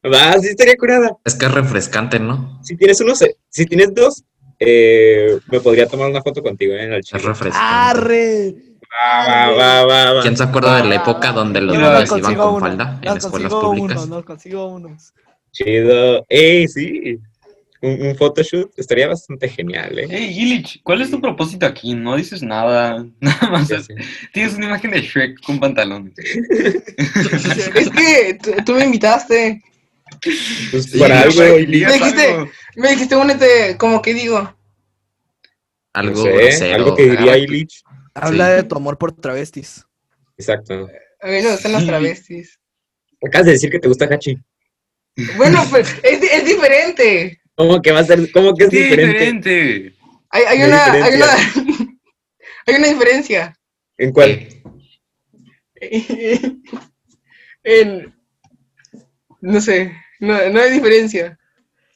Va, Ah, sí estaría curada. Es que es refrescante, ¿no? Si tienes uno, se- si tienes dos, eh, me podría tomar una foto contigo eh, en el Es chile. refrescante. ¡Arre! Va, va, va, va, va. ¿Quién se acuerda de la Ah, época donde los Yo no niños iban consigo con uno, falda no en escuelas consigo públicas? Uno, no consigo unos. Chido. Ey, sí. Un, un photoshoot estaría bastante genial, (laughs) ¿eh? Ey, Ilich, ¿cuál es tu propósito aquí? No dices nada. (laughs) Nada más. Ya sé. Tienes una imagen de Shrek con pantalones. (laughs) Ah, Es que tú, tú me invitaste. Pues Sí, para no algo, sé. Ili- Me dijiste- Me dijiste, únete, como que digo. no Algo sé, ¿eh? grosero. algo que diría Ah, Illich. Habla Sí. de tu amor por travestis. Exacto. A mí no me gustan las Sí. travestis. Acabas de decir que te gusta Hachi. Bueno, pues es, di- es diferente. ¿Cómo que va a ser? ¿Cómo que es Sí, diferente? diferente. Hay, hay No hay una, hay una, (laughs) hay una diferencia. ¿En cuál? Sí. (laughs) En, no sé, no, no hay diferencia.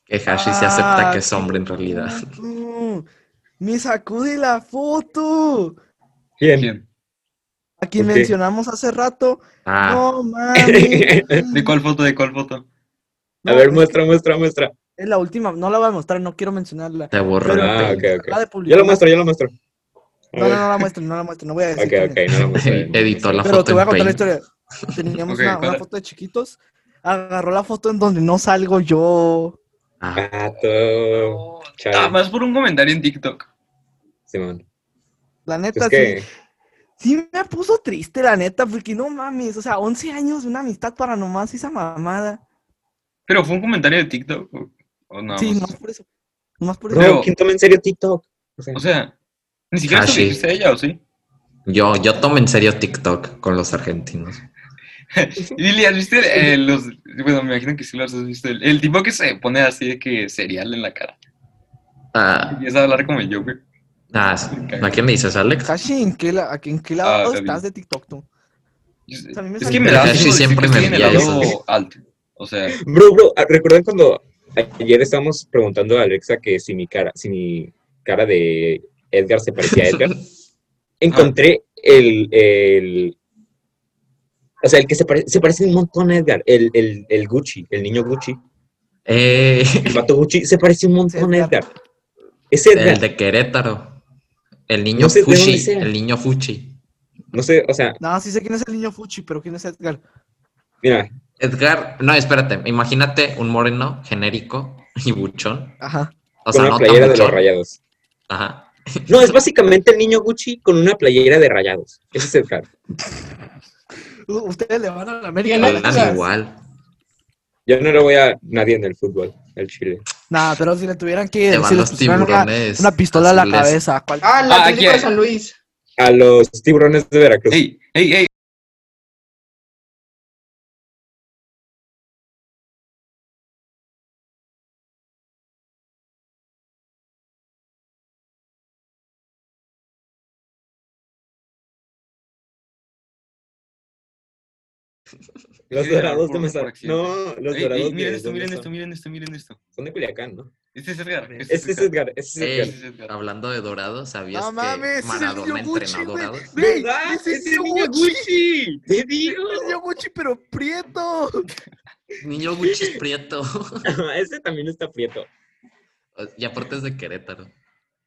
Que Hashi se acepta Ah, que es hombre en realidad. Mm, Me sacude la foto. ¿Quién? ¿Quién? A quien Ok. mencionamos hace rato. Ah, (laughs) No mames. ¿De cuál foto? ¿De cuál foto? A No, ver, es muestra, muestra, muestra. que Es la última. No la voy a mostrar, no quiero mencionarla. te borró. Pero- Ah, ok, Acaba ok. de Yo publicar. lo muestro, yo lo muestro. A No, no, ver. no la muestren, no la muestren, no voy a decir. Ok, quién ok, es. (laughs) no lo muestro. Editó la Pero foto te voy a en contar la Paint. historia. Teníamos Ok, una, una para- foto de chiquitos. Agarró la foto en donde no salgo yo. Ah, Pato. No, chale. nada Ah, más por un comentario en TikTok. Simón. La neta, Es sí. que, Sí me puso triste, la neta, porque no mames, o sea, 11 años de una amistad para nomás esa mamada. Pero fue un comentario de TikTok. ¿O, o no? sí, O más sea, por eso. Más por eso. bro, ¿quién toma en serio TikTok? O sea, O sea, ni siquiera Ah, se lo sí. dijiste a ella, ¿o sí? yo, yo tomo en serio TikTok con los argentinos. Lili, ¿has visto el- eh, los... Bueno, me imagino que sí los has visto. El, el tipo que se pone así de que cereal en la cara. Ah, Empieza a hablar como yo, güey. ah, ¿A quién le dices, Alex? Hashi, ¿en qué, la, a qué- en qué lado está bien. estás de TikTok tú? Yo- sea, a mí me es sale- que me Pero da casi asco decir siempre que me estoy en el envía lado esos. alto. O sea, Bro, bro, ah, ¿recuerdan cuando ayer estábamos preguntando a Alexa que si mi cara, si mi cara de Edgar se parecía a (laughs) Edgar? Encontré el, el- o sea, el que se, pare- se parece un montón a Edgar, el, el, el Gucci, el niño Gucci, Eh, el vato Gucci, se parece un montón a Edgar. Edgar. Es el Edgar, de Querétaro. El niño No sé de dónde Fuchi. sea. El niño Fuchi. no sé, o sea, No, sí sé quién es el niño Fuchi, pero quién es Edgar. mira, Edgar, no, espérate. Imagínate un moreno genérico y buchón. Ajá. O con sea, una no tan playera de los buchón. rayados. Ajá. No, es básicamente el niño Gucci con una playera de rayados. Ese es Edgar. U- Ustedes le van a la América. Ya no ¿verdad? estás. Hablan igual. Yo no lo voy a nadie en el fútbol, el Chile. Nah, pero si le tuvieran que Te van si le los pusieran una, tiburones una pistola a la azules. cabeza, ¿cuál? Ah, el Ah, Atlético de ¿quién? San Luis. A los tiburones de Veracruz. ey, ey, ey. Los Sí, dorados de por- Mesa. por accidente. No, los Ey, dorados ey, miren de- esto, de miren Mesa. esto, miren esto, miren esto. Son de Culiacán, ¿no? Este es Edgar. Este es Edgar, este es Ey, Edgar. Este es Edgar. Hablando de dorados, ¿sabías No que mames, es el Maradona niño Gucci, entrenó güey. dorados? Güey, ¿Verdad? ese ¡Es niño el niño Gucci. Gucci! ¡Te digo! El niño Gucci, pero prieto. Niño Gucci es prieto. (laughs) (laughs) Ese también está prieto. y aparte es de Querétaro.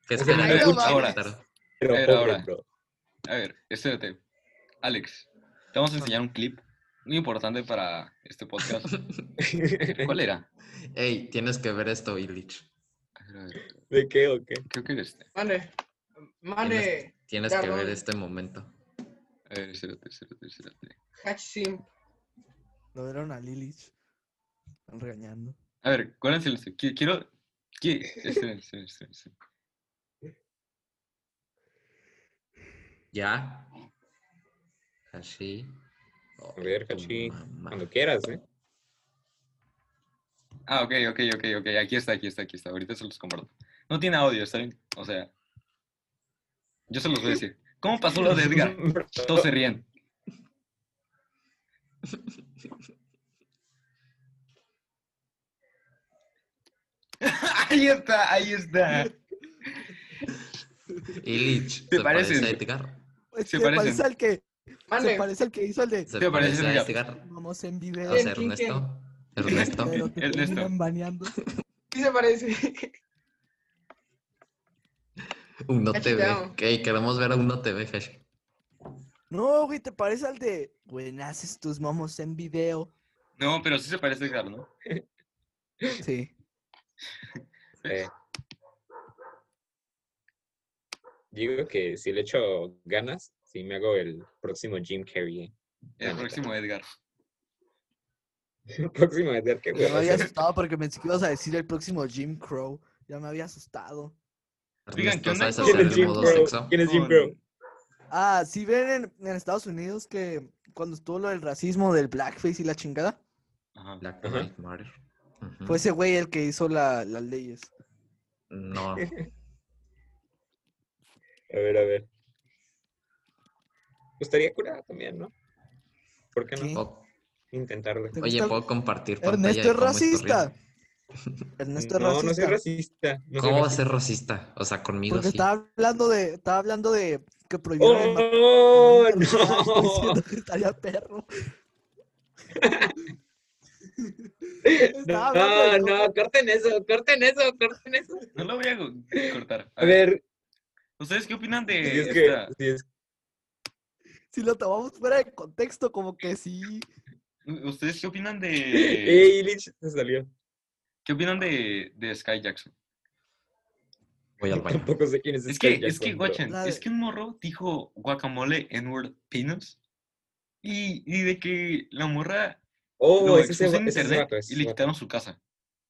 ¿Qué Es el esperan niño de Gucci. Querétaro? Pero Pero pobre, ahora. bro. A ver, espérate. Alex, te vamos a enseñar un clip muy importante para este podcast. ¿Cuál era? Ey, tienes que ver esto, Illich. A ver, a ver, (laughs) ¿De qué o qué? Creo que era este. Mane. Mane. Tienes Ya, que no. ver este momento. A ver, espérate, espérate, espérate. Catch sim. Lo vieron a Lilich. Están regañando. A ver, ¿cuál es el este? Qui- Quiero. qui- Este, este, este, este. ¿Ya? Hashi. Oh, A ver, tu Hashi, mamá. Cuando quieras, ¿eh? Ah, ok, ok, ok, ok. Aquí está, aquí está, aquí está. Ahorita se los comparto. No tiene audio, ¿está bien? O sea. Yo se los voy a decir. ¿Cómo pasó lo de Edgar? Todos se (laughs) ríen. ahí está, ahí está. Illich, ¿Te ¿se parece este parecen? a Edgar? Pues, Se Se parece parecen. al que, se Mane. parece al que hizo el de ¿Se ¿Te parece parecen a ya? Edgar? Vamos en video. ¿O sea, ¿quién, quién? (laughs) Ernesto? ¿Ernesto? Pero te El de esto. terminan baneando. ¿Qué se parece? Uno Hashi, TV. te amo. Ey, queremos ver a Uno TV, Hashi. No, güey, te parece al de. Güey, haces tus momos en video. No, pero sí se parece a Edgar, ¿no? (laughs) Sí. Eh. Digo que si le echo ganas, si me hago el próximo Jim Carrey. ¿eh? (laughs) El La neta. próximo Edgar. El próximo Edgar, qué Me hueva. había asustado porque pensé que ibas a decir el próximo Jim Crow. Ya me había asustado. Oigan, ¿qué Ernesto, onda con- ¿sabes ¿Quién hacer es el Jim modo Crow? sexo? ¿Quién es Jim Con- Crow? Ah, si ven en, en Estados Unidos que cuando estuvo lo del racismo, del blackface y la chingada, Ajá. Black Ajá. Lives Matter. Ujú. fue ese güey el que hizo la- las leyes. No. eh, A ver, a ver. Gustaría curar también, ¿no? ¿Por qué no? ¿Qué? O- Intentarlo. ¿Te Oye, gusta- ¿puedo compartir pantalla Ernesto de es cómo estoy racista. riendo? Ernesto es no, racista. no soy racista. No soy ¿Cómo va a racista. ser racista? O sea, conmigo Porque sí. estaba hablando de, estaba hablando de que prohibieron el matrimonio ¡Oh, (laughs) interracial, no! diciendo que estaría perro. (laughs) Estaba hablando No, de no, corten eso, corten eso, corten eso. No lo voy a co- cortar. A ver, eh, ¿Ustedes qué opinan de si es que, esta? si es Si lo tomamos fuera de contexto, como que sí. ¿Ustedes qué opinan que, de ¡Ey, Lich se salió. ¿Qué opinan de, de Sky Jackson? Voy (laughs) al baño. Tampoco sé quién es Es Sky que, Jackson, es que, pero- guachen, La de- es que un morro dijo guacamole en word peanuts. Y, y de que la morra Oh, lo es ese, expuso en es ese internet vato, es y le ese vato. quitaron su casa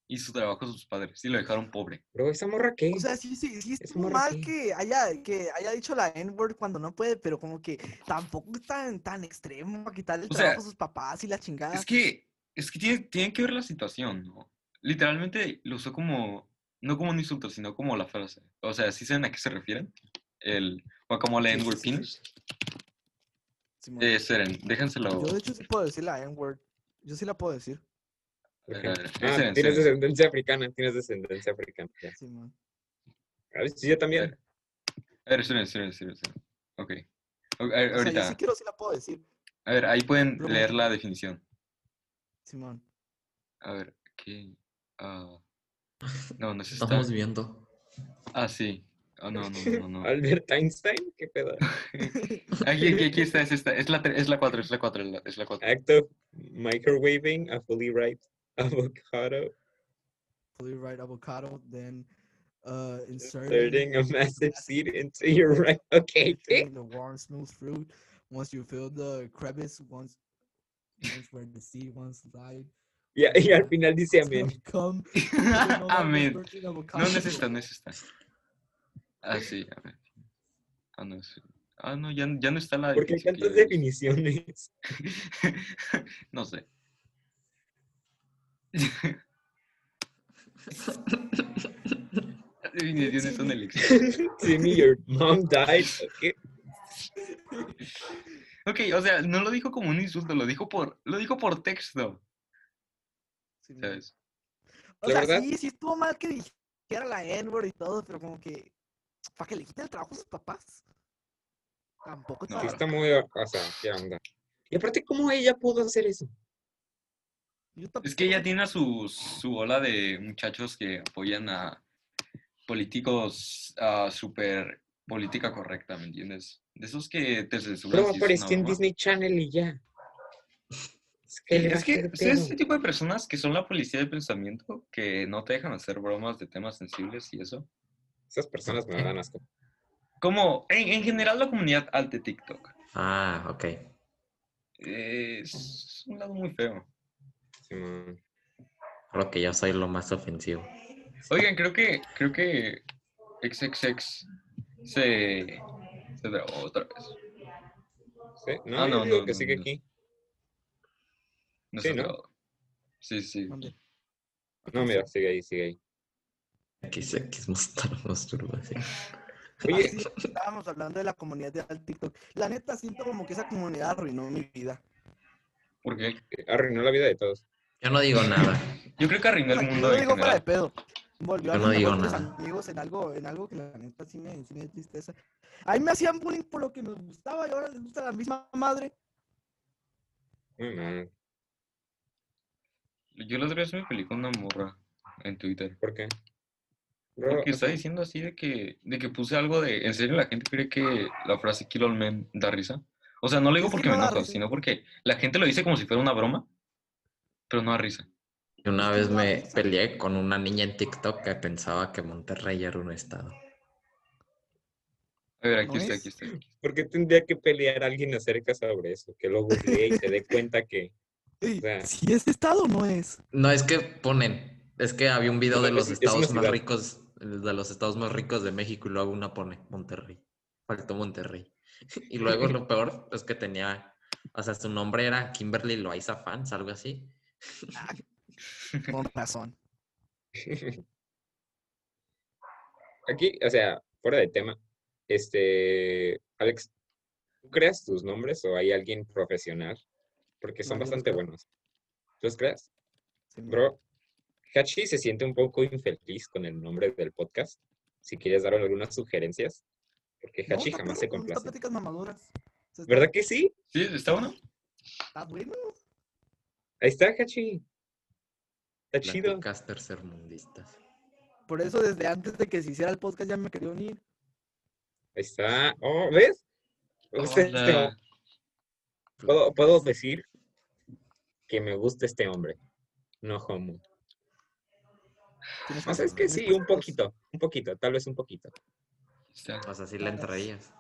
y su trabajo a sus padres y lo dejaron pobre. Bro, ¿esa morra qué? O sea, sí, sí, sí Es estuvo muy mal raro. que haya, que haya dicho la N-word cuando no puede, pero como que tampoco es tan, tan extremo para quitarle el O sea, trabajo a sus papás y la chingada. Es que, es que tiene, tiene que ver la situación, ¿no? Literalmente lo usó como, no como un insulto, sino como la frase. O sea, ¿sí saben a qué se refieren? El guacamole en Sí, word sí, sí. peanuts. Simón. Eh, esperen, déjenselo. Yo de hecho sí puedo decir la N-word. Yo sí la puedo decir. A ver, a ver, Ah, esperen, tienes esperen. descendencia africana, tienes descendencia africana. ya. Simón. A ver, sí, yo también. A ver, esperen, esperen, esperen, esperen. Ok. O- a- O sea, yo ahorita. sí quiero, sí la puedo decir. A ver, ahí pueden Lo- leer la definición. Simón. A ver, ¿qué? (laughs) Ah, no, no es esta. Estamos viendo. Ah, sí. Ah, no, no, no, (laughs) no. Albert Einstein, qué pedo. (laughs) Aquí, aquí, aquí está, es esta. Es la, tre- es la 4, es la 4, es la 4. Act of microwaving a fully ripe avocado, Fully right avocado, then uh, inserting, (laughs) inserting a massive seed into your (laughs) right. Okay, ¿qué? inserting the warm, smooth fruit. Once you feel the crevice, once, once where the seed once lied. Y, y al final dice amén. Come, (laughs) Amén. (laughs) No, no es esta, no es esta. Ah, sí, a ver. Ah, no, es... ah, no ya, ya no está la Porque hay definición que tantas yo leí. definiciones. (laughs) (laughs) no sé. Definiciones son el Timmy, your mom died. Okay. Ok, o sea, no lo dijo como un insulto, lo dijo por, lo dijo por texto, Simón. ¿sabes? O La sea, verdad- sí, sí estuvo mal que dijera la N-word y todo, pero como que. ¿Para que le quiten el trabajo a sus papás? Tampoco es No, Sí, para- está muy. O sea, ¿qué onda? Y aparte, ¿cómo ella pudo hacer eso? yo tampoco- Es que ella tiene a su, su ola de muchachos que apoyan a políticos a super política correcta, ¿me entiendes? De esos que te censuran. Pero si es una apareció en broma. Disney Channel y ya. Es Sí, le va Es a que hacer son pedo. este tipo de personas que son la policía del pensamiento, que no te dejan hacer bromas de temas sensibles y eso. Esas personas ¿Eh? me dan asco. Como en, en general la comunidad alt de TikTok. Ah, ok. Eh, Es un lado muy feo. Simón. Creo que yo soy lo más ofensivo. Oigan, creo que, creo que XXX se, se drogó otra vez. Sí, No, Ah, yo no, digo no, que no, sigue no. aquí. No Sí, se ¿no? drogó. Sí, sí. Mande. No, mira, sigue ahí, sigue ahí. XX (laughs) mostrar masturbación. Ah, Oye, (laughs) sí, estábamos hablando de la comunidad de al TikTok. La neta, siento como que esa comunidad arruinó mi vida. ¿Por qué? eh, arruinó la vida de todos. Yo no digo nada. Yo creo que arruinó el O sea, mundo Ah, yo en digo fuera de general. pedo. Volvió a Yo no los digo mejores nada. amigos en algo, en algo que la neta sí me, sí me dio tristeza. Ahí me hacían bullying por lo que nos gustaba y ahora les gusta la misma madre. Muy mal. Yo la otra vez me peleé con una morra en Twitter. ¿Por qué? Bro, Porque o está sea, diciendo así de que, de que puse algo de. ¿En serio la gente cree que la frase Kill All Men da risa? O sea, no lo digo Es que porque no me da enojo, risa. sino porque la gente lo dice como si fuera una broma, pero no da risa. Y Una Es que vez no da me risa. peleé con una niña en TikTok que pensaba que Monterrey era un estado. A ver, aquí ¿No está, es? aquí está. ¿Por qué tendría que pelear a alguien acerca sobre eso? Que lo googleé y se dé cuenta que. Ey, sea- si es estado, no es. No, es que ponen, es que había un video de Es- los es una estados más ciudad. ricos, de los estados más ricos de México y luego una pone Monterrey. Faltó Monterrey. (laughs) Y luego lo peor es que tenía, o sea, su nombre era Kimberly Loaiza Fans, algo así. Con razón. Aquí, o sea, fuera de tema. Este. Alex, ¿tú creas tus nombres o hay alguien profesional? Porque son No, yo los bastante creo. buenos. ¿Tú los creas? Sí, me- Bro, Hachi se siente un poco infeliz con el nombre del podcast. Si quieres dar algunas sugerencias, porque No, Hachi está jamás perro, se no está complace. pláticas mamadoras. O sea, está- ¿Verdad que sí? ¿Sí? ¿Está bueno? Está bueno. Ahí está, Hachi. Está chido. Pláticas tercermundistas. Por eso, desde antes de que se hiciera el podcast, ya me quería unir. Ahí está. Oh, ¿ves? Me gusta este Hola. hombre. puedo, puedo decir que me gusta este hombre. No homo. Tienes O sea, es razón, que tienes sí, razón. un poquito, un poquito, tal vez un poquito. Está. O sea, sí le entrarías.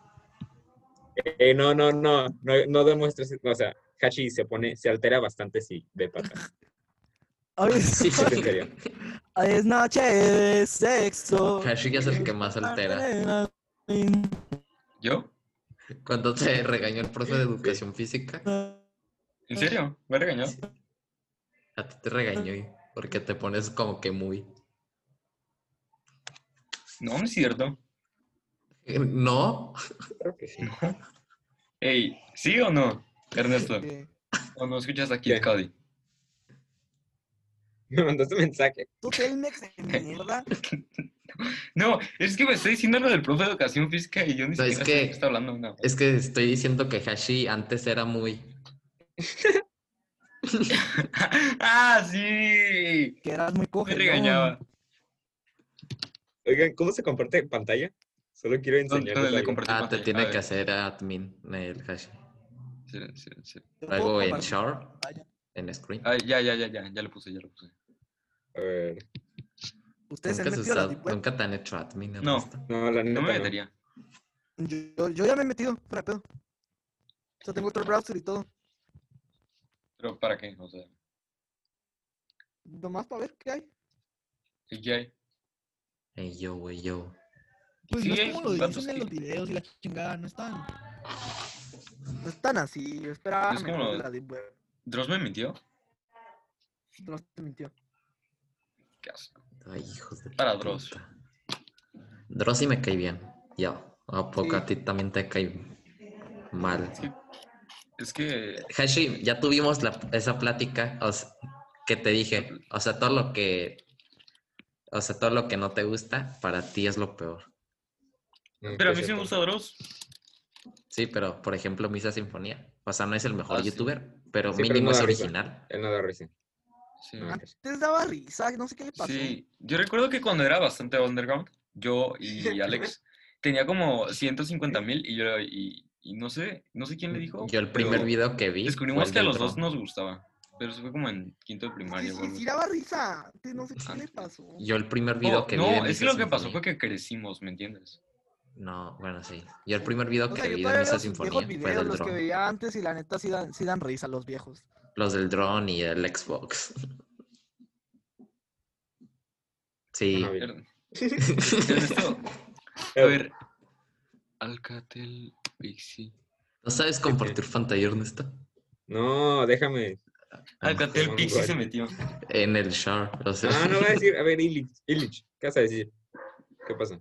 Eh, no, no, no, no, no demuestres, o sea, Hachi se pone, se altera bastante si ve patas. Hoy es, (laughs) Sí, sí, en (laughs) serio. hoy (laughs) es noche de sexo. Hashi es el que más Ah, altera. ¿Yo? Cuando te regañó el profe de educación física, ¿En serio? ¿Me regañó? a ti te regañó y- porque te pones como que muy. No, no es cierto. eh, No, Creo que sí. Ey, ¿sí o no, Ernesto? Eh, ¿O no escuchas a Kid ¿Qué? Cody? Me mandaste un mensaje. Tú Telmex (laughs) de mierda. No, es que me está diciendo lo del profe de educación física y yo ni No, es siquiera sé de que- qué está hablando. No. es que estoy diciendo que Hashi antes era muy. ¡Ah, sí! Que eras muy coge. Me regañaba. Oigan, ¿cómo se comparte pantalla? Solo quiero ¿Dónde, enseñarles dónde le algo. compartí Ah, te pantalla? A tiene ver. que hacer admin el Hashi. Sí, sí, sí. Luego en Share, en Screen. Ay, ya, ya, ya, ya, ya lo puse, ya lo puse. A ver, Ustedes se Nunca, han has metido a la usado- deep web. nunca te han hecho admin. No. Ernesto? no, la neta No no. me metería. Yo, yo ya me he metido, fuera de pedo. O sea, tengo otro browser y todo. Pero ¿para qué? O sea, Nomás para ver qué hay. ¿y ¿qué hay? Ey, yo, güey, yo. Pues Sí, no hay es como lo datos dicen en que- los videos y la chingada, no están. No es tan así. Yo esperaba Es como mejor de lo- la deep web. ¿Dross me mintió? No te mintió. Qué asco. Ay, hijos de Para Dross. puta. Dross sí me cae bien. Ya. ¿A poco Sí. a ti también te cae mal? Es que... Hashi, ya tuvimos la- esa plática o sea, que te dije. O sea, todo lo que. O sea, todo lo que no te gusta, para ti es lo peor. Mm, Pero a mí es sí me cierto. gusta Dross. Sí, pero por ejemplo, Misa Sinfonía. O sea, no es el mejor Ah, sí. youtuber, pero Sí, pero mínimo no da es risa. original. Él no da risa. Sí. Ah, No da risa. Antes daba risa, no sé qué le pasó. Sí, yo recuerdo que cuando era bastante underground, yo (laughs) y Alex tenía como 150 mil y yo y, y no sé, no sé quién le dijo. Yo el pero primer video que vi. fue Descubrimos el que a del los dos dron. nos gustaba, pero eso fue como en quinto de Sí, primaria. o sí, algo sí así. daba risa. Antes no sé Ajá. qué le pasó. Yo el primer video No, Oh, que vi. de no, es Misa que lo que pasó Sinfonía- fue que crecimos, ¿me entiendes? No, bueno, sí. Yo el primer video O que sea, yo vi de todavía Misa veo sus Sinfonía viejos fue videos, del los que dron. veía antes, y la neta sí dan, sí dan risa los (laughs) viejos. Los del dron y el Xbox. Sí. Ajá, bien. Er- (laughs) Ernesto, a Eh, ver. Alcatel Pixie. ¿No sabes compartir pantalla, Ernesto? No, (laughs) déjame. Ah, Alcatel no, Pixie igual. se metió. En el share. O sea, Ah, no va a decir. A ver, Illich, Illich, ¿qué vas a decir? ¿Qué pasa?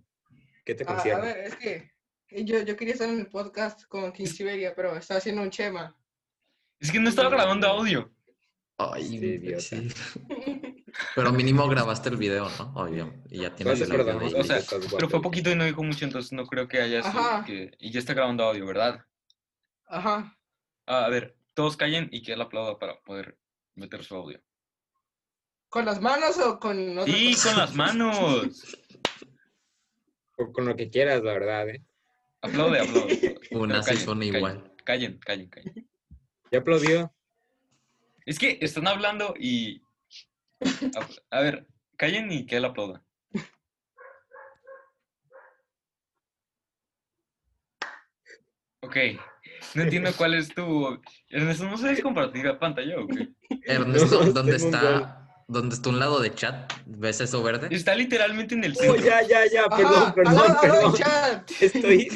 ¿Qué te Ah, a concierne? ver, es que eh, yo, yo quería estar en el podcast con King Siberia, pero estaba haciendo un chema. (laughs) Es que no estaba grabando audio. (laughs) Ay, Sí, idiota. sí. Pero mínimo grabaste el video, ¿no? Obvio. Y ya tienes Entonces, el audio de perdón, o ahí. sea, estás guapo. Pero fue poquito y no dijo mucho, entonces no creo que haya sido Ajá. que... Y ya está grabando audio, ¿verdad? Ajá. Ah, a ver, todos callen y que él aplauda para poder meter su audio. ¿Con las manos o con otra ¡Sí, cosa? con las (laughs) manos! O Con lo que quieras, la verdad, ¿eh? Aplaude, aplaude. Una Pero sí callen, suena callen, igual. (laughs) Callen, callen, callen. Ya aplaudió. Es que están hablando y... (laughs) A, a ver, callen y que él aplauda. Ok, no (laughs) entiendo cuál es tu... Ernesto, ¿no sabes compartir la pantalla o qué? Ernesto, No, ¿dónde tengo un está? ¿Dónde está un lado de chat? ¿Ves eso verde? Está literalmente en el Oh, (laughs) centro. ya, ya, ya, perdón, Ajá, perdón, aló, aló, perdón. chat. (laughs) Estoy.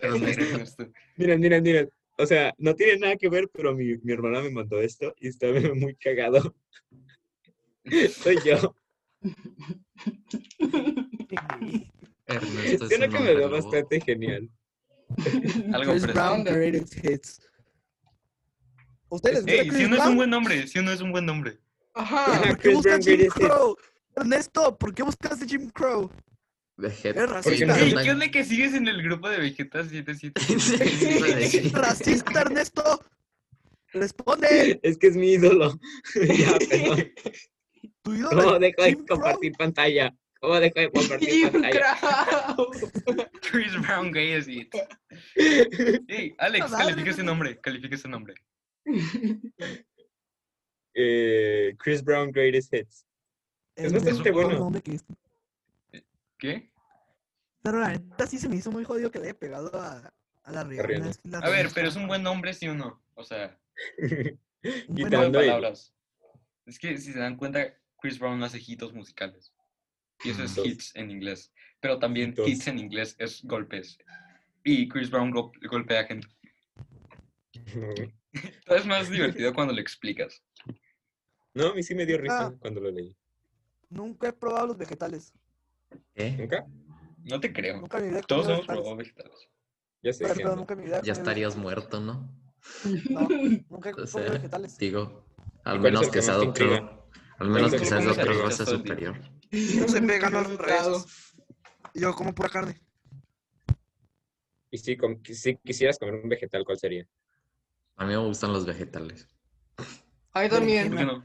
Ernesto. Mira, mira, mira. O sea, no tiene nada que ver, pero mi, mi hermana me mandó esto y está (laughs) muy cagado. (laughs) Soy yo. Ernesto es Tiene un que me hombre da lobo. bastante genial. Algo Chris fresco. Brown, ¿Dónde? greatest hits. ¿A ¿Ustedes les gusta Ey, si no Chris es un Brown? buen nombre, si no es un buen nombre. (laughs) (laughs) Ajá. ¿Por qué Chris buscas Brown, Jim greatest hits. Crow? Ernesto, ¿por qué buscaste Jim Crow? Vegeta. Es racista. Oigan, Ey, anda- (laughs) ¿Qué es de que sigues en el grupo de Vegeta (laughs) 77? (laughs) ¡Racista, Ernesto! ¡Responde! Es que es mi ídolo. (laughs) ya, perdón. ¡Tu ídolo ¿Cómo es dejo de Jim Crow? compartir pantalla? ¿Cómo dejo de (laughs) compartir Jim pantalla? Crow. Chris Brown Gay es (laughs) it. Ey, Alex, califica ese nombre, califica ese nombre. Eh, Chris Brown Greatest Hits. (laughs) Es el bastante de- bueno. ¿Dónde que es? ¿Qué? Pero la neta sí se me hizo muy jodido que le haya pegado a, a la Rihanna. Rihanna. es que la A ver, Rihanna pero es está- un buen nombre, sí o no. O sea, un Y buen no de Quitando el- palabras. Es que si se dan cuenta, Chris Brown hace hitos musicales. Y eso es Hitos. hits en inglés. Pero también Hitos. hits en inglés es golpes. Y Chris Brown gol- golpea gente. Todo es (laughs) más divertido cuando lo explicas. (laughs) No, a mí sí me dio risa Ah. cuando lo leí. Nunca he probado los vegetales. ¿Qué? ¿Nunca? No te creo. Nunca en mi vida he Todos comido hemos vegetales. probado vegetales. Ya sé. Pero, sí, pero ando. nunca en mi vida he Ya comido estarías muerto, ¿no? vegetales. No, nunca he O comido sea, vegetales. digo, al cuál es menos el que, que sea más de te otro, intriga? al menos ¿Cuál que es el seas que de más te intriga otra raza todo el día? superior. Yo se nunca pegan (laughs) lo he los revés. notado. Yo como pura carne. Y si, com- si quisieras comer un vegetal, ¿cuál sería? A mí me gustan los vegetales. A mí también. ¿Por qué no?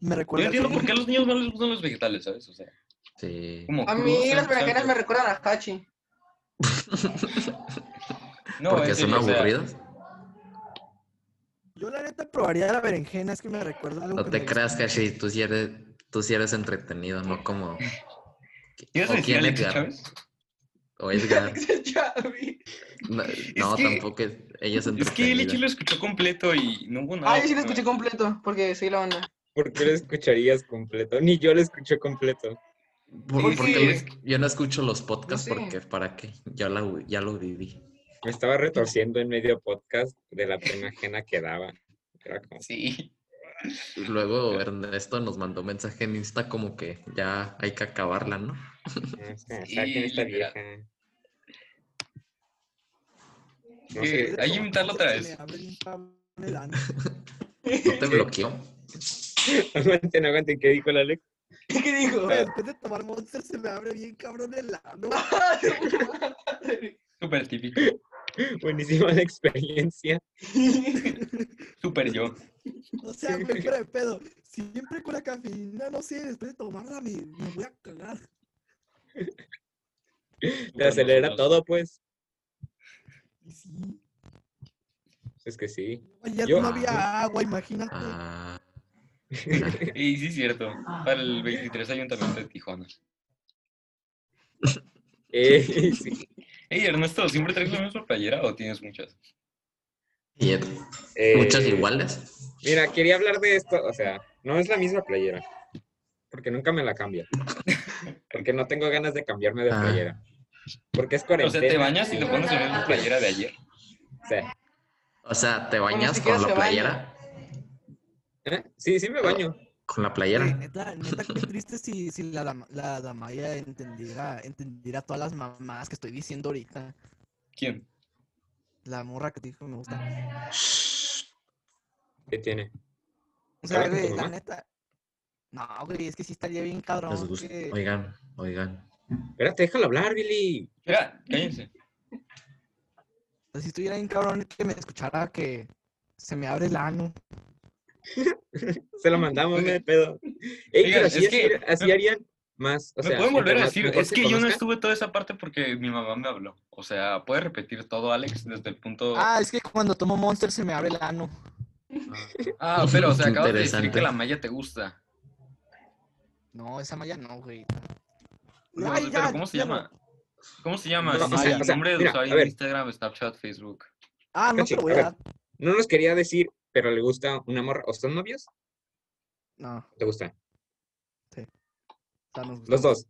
Me Yo recuerda. entiendo que- por qué a los niños no les gustan los vegetales, ¿sabes? O sea, Sí. como A crudos, mí las ¿sabes? berenjenas me recuerdan a (laughs) Hachi. No, Porque en son serio, o sea, aburridas. Yo la neta probaría la berenjena, es que me recuerda algo. No que te me creas, Kashi, tú sí eres, tú sí eres entretenido, no como. ¿Quieres ¿O decir quién, Alexis Edgar? Chávez? O Edgar. Chavi. No, no, que- tampoco es- ella es Es que el entretenida. Echi lo escuchó completo y no hubo nada. Ah, yo sí lo que- escuché completo, porque sí la banda. ¿Por qué lo escucharías completo? Ni yo lo escucho completo. Por- Sí, porque sí. lo es- yo no escucho los podcasts No sé. porque para qué, ya, la, ya lo viví. Me estaba retorciendo en medio podcast de la pena ajena que daba. Era como, Sí. Y Luego Ernesto nos mandó mensaje en Insta como que ya hay que acabarla, ¿no? "Ah, sa- Sí, saquen esta literal. vieja. Que No sé. (laughs) Hay que invitarlo otra vez. Se me abre bien cabrón el ano. (laughs) No te bloqueó. Aguanten, aguanten. ¿Qué dijo la Alex? (laughs) ¿Qué dijo? Eh. (laughs) Después de tomar Monster se me abre bien cabrón el ano. Súper típico. Buenísima la (laughs) experiencia. Súper yo. O sea, güey, fuera de pedo. Siempre con la cafeína, no sé, después de tomarla me, me voy a cagar. (laughs) Te acelera nosotros. todo, pues. Y sí. Es que (laughs) sí. Ayer Yo- no había agua, imagínate. Ah, Y sí, es cierto. Para el 23 Ayuntamiento de Tijuana. Eh, (laughs) sí. Ey, Ernesto, ¿siempre traes la misma playera o tienes muchas? y Ed, Eh, muchas iguales. Mira, quería hablar de esto, o sea, no es la misma playera, porque nunca me la (laughs) cambio, porque no tengo ganas de cambiarme de Ah. playera, porque es O sea, te cuarentena, bañas y te pones la misma playera de ayer. o sea, O sea, te Bueno, bañas si con quieres la se baña. playera. ¿eh? sí, sí me baño, Con la Güey, playera. Eh, neta, neta, qué triste si, si la, dama- la Damaya entendiera, entendiera todas las mamás que estoy diciendo ahorita. ¿Quién? La morra que te dijo que me gusta. ¿qué tiene? O sea, ¿Habla con tu güey, la mamá? neta. No, güey, es que sí estaría bien cabrón. Les gusta. que- Oigan, oigan. Espérate, déjalo hablar, Billy, Espera, cállense. o sea, si estuviera bien cabrón que me escuchara que se me abre el ano. se lo mandamos, me de pedo. Ey, Oigan, pero así, es que- así- así harían más, o ¿Me sea, pueden volver a mientras decir? mejor Es se que yo no conozcan, estuve toda esa parte porque mi mamá me habló. O sea, ¿puedes repetir todo, Alex, desde el Oh. punto...? Ah, es que cuando tomo Monster se me abre el ano. Ah, pero, o sea, Qué acabas de decir interesante. que la malla te gusta. No, esa malla no, güey. No, Ay, pero ya, ¿cómo se ya llama? ¿Cómo se llama? No, Dice o sea, el o sea, nombre de mira, usuario a ver. en Instagram, Snapchat, Facebook. Ah, no Cachi, te lo voy a a ver. dar. no nos quería decir, pero le gusta una morra, ¿o son novios? No, o ¿Te gustan? sea, nos Los gustamos. dos.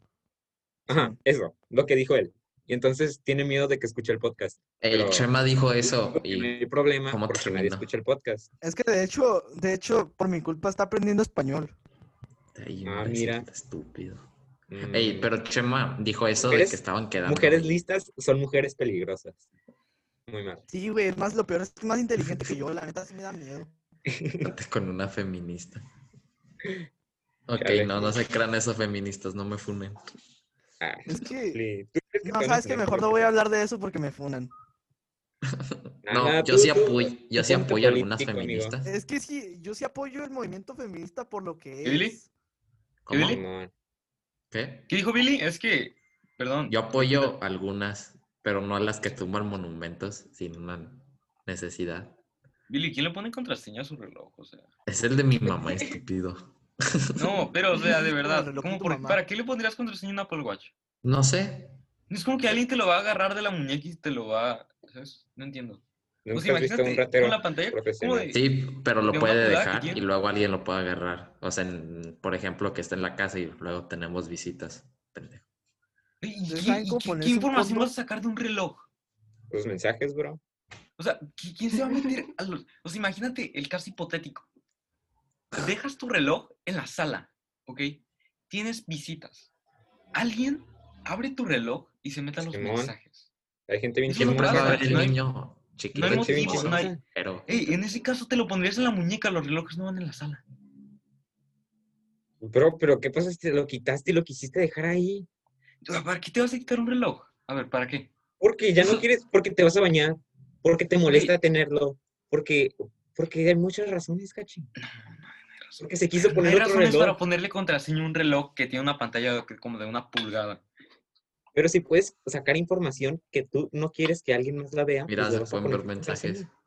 Ajá, eso, lo que dijo él. Y entonces tiene miedo de que escuche el podcast. El Pero- Chema dijo eso Y no y hay problema ¿Cómo porque terminó? nadie escucha el podcast. Es que de hecho, de hecho, por mi culpa está aprendiendo español. Ay, Ah, imbécil, mira. Estúpido. Mm. Ey, pero Chema dijo eso de Mujeres- que estaban quedando. mujeres güey. listas son mujeres peligrosas. Muy mal. Sí, güey, es más lo peor es que es más inteligente que yo, la neta sí me da miedo. Vete con una (laughs) feminista. Ok, Chale. no, no se crean esos feministas, no me funen. Ah, Es que Li, ¿tú crees que no, te van sabes que poner mejor como no voy a hablar de eso porque me funan. No, Nada, yo tú- sí tú- apoyo, yo sí ponte apoyo a algunas político, amigo. feministas. Es que sí, yo sí apoyo el movimiento feminista por lo que es. ¿Really? ¿Cómo? Billy? Simón. ¿Qué? ¿Qué dijo Billy? Es que, perdón, Yo apoyo algunas, pero no a las que tumban monumentos sin una necesidad. (laughs) Billy, ¿quién le pone contraseña a su reloj? O sea, (laughs) Es el de mi mamá, estúpido. No, pero, o sea, de verdad, reloj de ¿cómo tu por- mamá. ¿para qué le pondrías contraseña a un Apple Watch? No sé. Es como que alguien te lo va a agarrar de la muñeca y te lo va. ¿Sabes? No entiendo. O Nunca sea, has visto a un Pues imagínate ratero. con la pantalla como profesional. de. Sí, pero lo de una puede pulgada que dejar y tiene. luego alguien lo puede agarrar. O sea, en- por ejemplo, que esté en la casa y luego tenemos visitas. Pendejo. ¿Y ¿Ustedes qué, saben y cómo qué- ponerse qué un información condón? vas a sacar de un reloj? Los mensajes, bro. O sea, ¿qui- ¿quién se va a meter a los... O sea, imagínate el caso hipotético. Dejas tu reloj en la sala, ¿ok? Tienes visitas. Alguien abre tu reloj y se mete a los Simón. mensajes. Hay gente bien Eso no Siempre chismosa. va a pasa. haber el no hay- niño chiquito. no hay motivos, chismoso, no hay- Pero Ey, en ese caso te lo pondrías en la muñeca, los relojes no van en la sala. Bro, pero ¿qué pasa si te lo quitaste y lo quisiste dejar ahí? ¿Para qué te vas a quitar un reloj? A ver, ¿para qué? Porque ya no quieres, porque te vas a bañar, porque te molesta tenerlo, porque, porque hay muchas razones, cachi. Porque se quiso No poner hay otro razones reloj, para ponerle contraseña a un reloj que tiene una pantalla de- como de una pulgada. pero si puedes sacar información que tú no quieres que alguien más la vea, mira, pues le se vas a pueden ver poner tu mensajes. contraseña.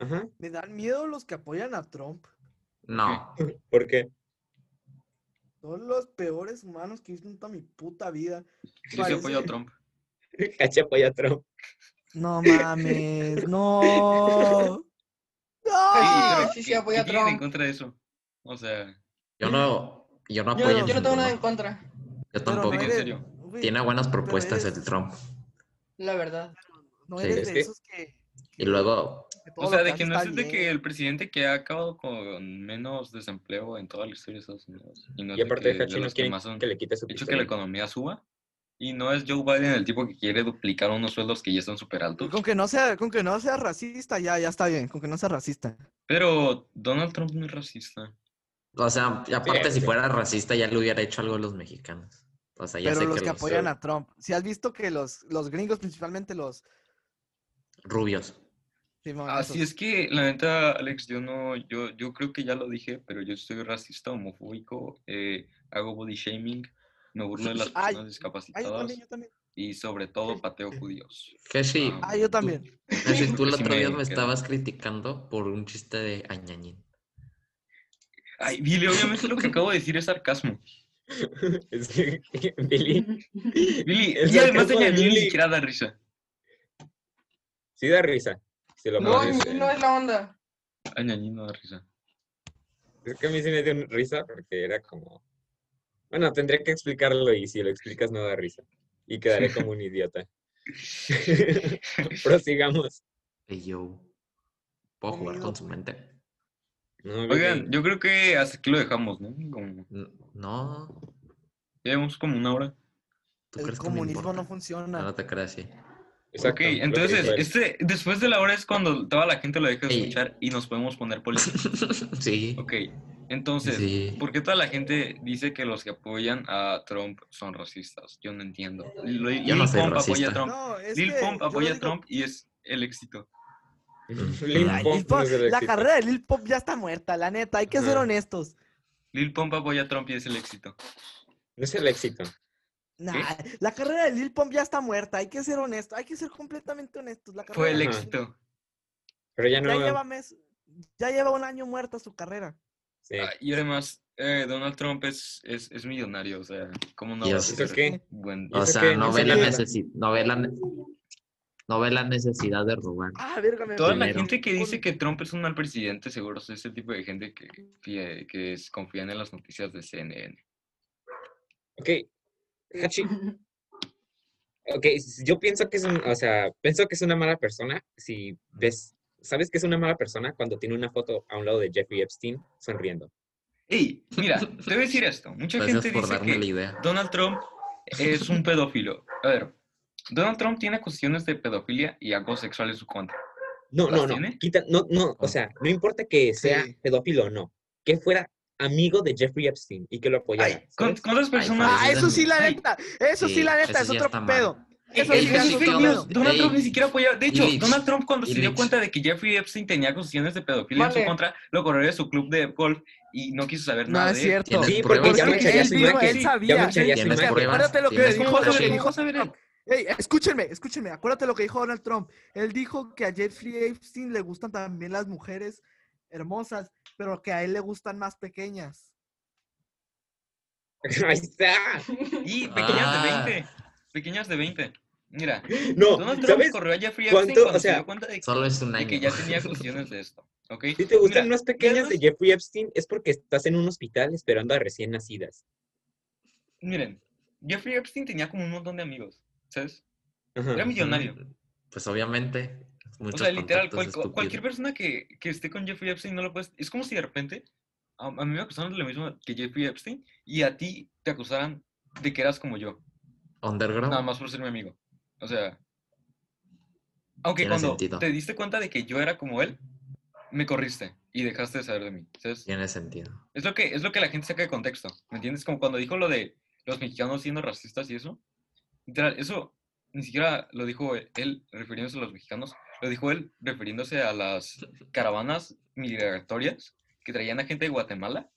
Ajá, Me dan miedo los que apoyan a Trump. No, porque (laughs) Son los peores humanos que he visto en toda mi puta vida. Yo sí apoyo a Parece- Trump. cachi apoya a Trump. No (laughs) mames, no. No. pero sí, sí, apoyo ¿qué a tienen en Trump. contra de eso? O sea, yo no, yo Ah, no Yo, pues, apoyo. yo no tengo nada en ninguno. contra, Yo Pero tampoco. no en eres- serio. güey, Tiene buenas propuestas eres- el Trump. la verdad. No Sí. eres Es de que- esos que. Y luego, todo O lo sea, de hace que no está es de que bien. el presidente que ha acabado con menos desempleo en toda la historia de Estados Unidos. Y no es Y aparte de, de que, de Hachi no los que quieren más son. que le quite su hecho que la pistola. (laughs) economía suba. Y no es Joe Biden el tipo que quiere duplicar unos sueldos que ya son súper altos. Con que no sea, con que no sea racista, ya, ya está bien. Con que no sea racista. Pero Donald Trump no es racista. o sea, y aparte Sí, si sí. fuera racista ya le hubiera hecho algo a los mexicanos. O sea, ya Pero sé los que, que, los apoyan a Trump. Si has visto que los, los gringos, principalmente los. rubios. Simón, Así esos. Ah, es que, la neta, Alex, yo no, yo, yo creo que ya lo dije, pero yo soy racista, homofóbico, eh, hago body shaming, me burlo de las Ay, personas Ah, yo discapacitadas también, yo también. y sobre todo pateo judíos. Heshi, Ah, Ah, yo también. Heshi, tú Porque el sí otro me día me quedé. estabas criticando por un chiste de añañín. Ay, Billy, obviamente lo que acabo de decir es sarcasmo. Es que, (laughs) Billy, Billy, El y además de sarcasmo de ñañín ni Billy. siquiera da risa. sí da risa. Si lo No, pones, eh, no es la onda. A ñañín no da risa. Es que a mí sí me dio un- risa porque era como. Bueno, tendría que explicarlo y si lo explicas no da risa. Y quedaré como un (laughs) idiota. Prosigamos. Y yo, ¿puedo jugar con su mente? No, Oigan, Billy, yo creo que hasta aquí lo dejamos, ¿no? Como, N- No, llevamos como una hora. ¿tú El crees que me comunismo no importa? funciona. No, no te creas, sí. (laughs) exacto, ok, lo que entonces, dijo él. este, después de la hora es cuando toda la gente lo deja de Ey. escuchar y nos podemos poner políticos. sí, Ok, entonces, sí. ¿por qué toda la gente dice que los que apoyan a Trump son racistas? Yo no entiendo. Lil, Yo no Lil soy Pump apoya racista. a Trump. No, es Lil que Pump yo apoya a digo- Trump y es el éxito. Lil Ay, Pump Lil Pop- no es el la éxito. carrera de Lil Pop ya está muerta, la neta, hay que ser Ajá. honestos. Lil Pump apoya a Trump y es el éxito. No es el éxito. Nah, la carrera de Lil Pump ya está muerta, hay que ser honestos, hay que ser completamente honestos. La Fue Ajá. el carrera de Lil éxito. Pero ya Pump no. Ya lleva, mes, ya lleva un año muerta su carrera. sí. Ah, Y además, eh, Donald Trump es, es, es millonario, o sea, ¿cómo no Y va a es- ¿Eso ser qué? buen- ¿Y O eso sea, qué? no No ve, sé la nada. necesi- no, ve la ne- no ve la necesidad de robar. Ah, verga, me Toda la Primero. gente que dice Con- que Trump es un mal presidente, seguro es ese tipo de gente que, fie- que es- confían en las noticias de CNN. Ok. Hachi. Ok, s- yo pienso que es un, o sea, pienso que es una mala persona si ves, ¿sabes que es una mala persona cuando tiene una foto a un lado de Jeffrey Epstein sonriendo? Ey, mira, te voy a decir esto. Mucha Gracias gente por dice darme la que idea. Donald Trump es un pedófilo. A ver, Donald Trump tiene acusaciones de pedofilia y acoso sexual en su contra. No, ¿Las no, no. tiene? Quita, no, no, o sea, no importa que sea Sí. pedófilo o no, que fuera amigo de Jeffrey Epstein y que lo apoyara. Ay, ¿con- ¿sabes? ¿Cuántas personas? Ah, eso sí, la Ay, neta, eso sí, Sí, la neta, eso es sí ya otro está mal. pedo. Eso Ey, sí, ya eso es es otro fake pedo. news. Donald Ey. Trump ni siquiera apoyaba. De hecho, Illich. Donald Trump cuando se dio Illich. cuenta de que Jeffrey Epstein tenía acusaciones de pedofilia en Vale. su contra, lo corrió de su club de golf y no quiso saber No nada es de él. cierto. Tienes Sí, porque pruebas. ya me Porque echaría él su vio, imagen. él Ya me sabía. echaría su Tienes imagen. pruebas. Acuérdate lo que ¿Tienes dijo ¿Cómo pruebas? Donald saber? Trump. ¿Cómo saber él? Ey, escúchenme, escúchenme, acuérdate lo que dijo Donald Trump. Él dijo que a Jeffrey Epstein le gustan también las mujeres hermosas, pero que a él le gustan más pequeñas. (laughs) Ahí está. Y pequeñas Ah. de 20. Pequeñas de 20. Mira, No, Donald Trump ¿sabes? corrió a Jeffrey cuánto? Epstein cuando O se sea, dio cuenta de, Solo es un de año. que ya tenía acusaciones de esto. ¿Ok? Si te gustan Mira, unas pequeñas de Carlos- Jeffrey Epstein es porque estás en un hospital esperando a recién nacidas. Miren, Jeffrey Epstein tenía como un montón de amigos, ¿sabes? Ajá. (laughs) Era millonario. Mm, Pues obviamente. O Muchos sea, literal, contactos cual- cual- cualquier estúpidos. persona que, que esté con Jeffrey Epstein no lo puedes... Es como si de repente a, a mí me acusaron de lo mismo que Jeffrey Epstein y a ti te acusaran de que eras como yo, Underground. nada más por ser mi amigo. O sea... Aunque Tiene cuando sentido. te diste cuenta de que yo era como él, me corriste y dejaste de saber de mí, ¿sabes? Tiene sentido. Es lo que, es lo que la gente saca de contexto, ¿me entiendes? Como cuando dijo lo de los mexicanos siendo racistas y eso. Literal, eso ni siquiera lo dijo él, él refiriéndose a los mexicanos, lo dijo él refiriéndose a las caravanas migratorias que traían a gente de Guatemala,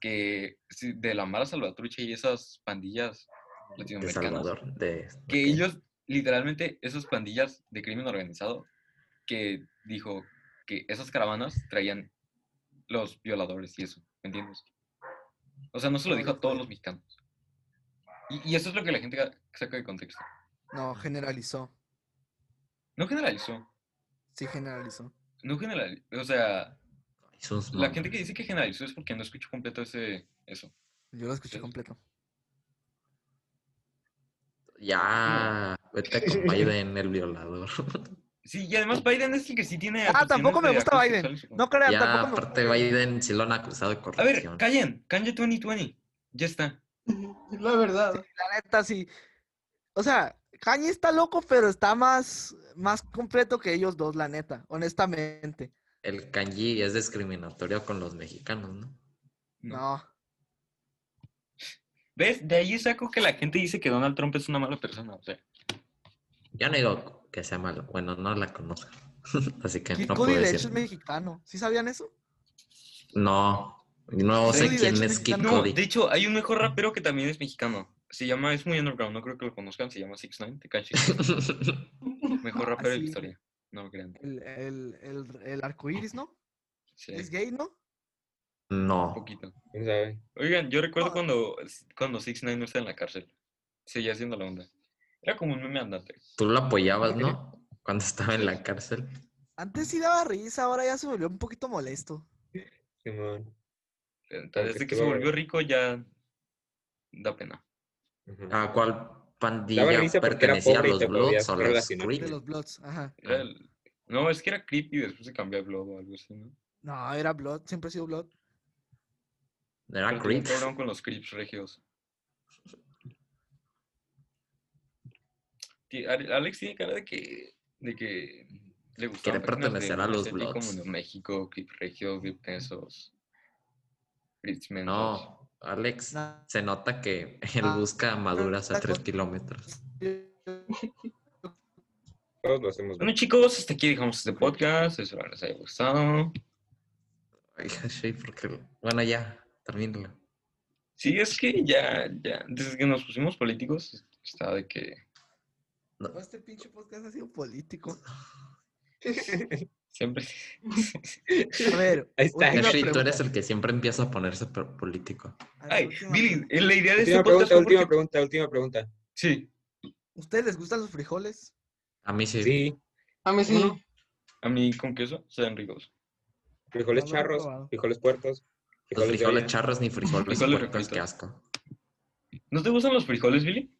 que sí, de la Mara Salvatrucha y esas pandillas De latinoamericanas Salvador. De... que ok. ellos, literalmente, esas pandillas de crimen organizado, que dijo que esas caravanas traían los violadores y eso, ¿me entiendes? O sea, no se lo dijo a todos los mexicanos. Y, y eso es lo que la gente ga- saca de contexto. No, generalizó. No generalizó. Sí, generalizó. No generalizó. O sea, Sus la mamás. pues. gente que dice que generalizó es porque no escuchó completo ese, eso. Eh, Yo lo escuché Sí. completo. Ya. Vete (laughs) con Biden, el violador. Sí, y además Biden es el que sí tiene... Ah, tampoco acusaciones me de gusta acoso Biden. sexual en su No crean, ya, tampoco me aparte Biden sí lo han acusado de A ver, corrupción. callen. Kanye 2020. Ya está. (laughs) La verdad. La neta, sí. O sea, Kanye está loco, pero está más, más completo que ellos dos, la neta, honestamente. El kanji es discriminatorio con los mexicanos, ¿no? No. ¿Ves? De ahí saco que la gente dice que Donald Trump es una mala persona. O sea, Yo no digo que sea malo. Bueno, no la conozco. (laughs) Así que Kid eh, no puedo Cudi, de hecho, decir. es mexicano. ¿Sí sabían eso? No. No Sí, sé Cudi, de quién hecho, es es Kid no, Cudi. de hecho, hay un mejor rapero que también es mexicano. Se llama, es muy underground, no creo que lo conozcan, se llama Six Nine, te cachis. (laughs) Mejor rapero de Ah, sí. la historia. No lo crean. El, el, el, el arcoíris, ¿no? Sí, Es gay, ¿no? un (laughs) No. poquito. ¿Quién sabe? Oigan, yo recuerdo Oh. cuando, cuando Six Nine no estaba en la cárcel. Seguía haciendo la onda. Era como un meme andante. Tú lo apoyabas, ¿no? Cuando estaba en la cárcel. Antes sí daba risa, ahora ya se volvió un poquito molesto. Simón. Entonces, Desde que se estuvo- volvió rico ya da pena. Ajá. ¿A Ah, cuál Daba pandilla risa porque era pertenecía a pobre y los te podías Bloods o los relacionar. Creed? De los Bloods, ajá. Era el- No, es que era creepy y después se cambió a Blood o algo así, ¿no? No, era Blood, siempre ha sido Blood. Era Pero tenía un Creed. cabrón con los creeps regios. Ti- Ale- Alex tiene cara de que, de que le gustaba. pertenecer a los Bloods. Como en México, Creep Regio, Creep Pesos, Creeps Mentos. No, Alex, No. se nota que (laughs) él Ah, busca maduras a está 3 con- kilómetros. Todos lo hacemos. Bueno, chicos, hasta aquí dejamos este podcast. Espero les haya gustado. Ay, sí, porque... Bueno, ya, termínalo. Sí, es que ya, ya, desde que nos pusimos políticos, está de que. Todo (laughs) Este pinche podcast ha sido político. Siempre. A ver, Ahí está. última Henry, tú pregunta. eres el que siempre empieza a ponerse pro- político. A ver, Ay, última Billy, pregunta. la idea de este Última pregunta, podcast. fue porque- última pregunta, última pregunta. Sí, ¿Ustedes les gustan los frijoles? A mí sí. Sí, A mí sí. Uno. a mí con queso, sean ricos. frijoles No lo he charros, probado. frijoles puertos, Los frijoles de frijoles olla. charros (laughs) ni frijoles Frijoles puercos, refritos. qué asco. ¿No te gustan los frijoles, Billy?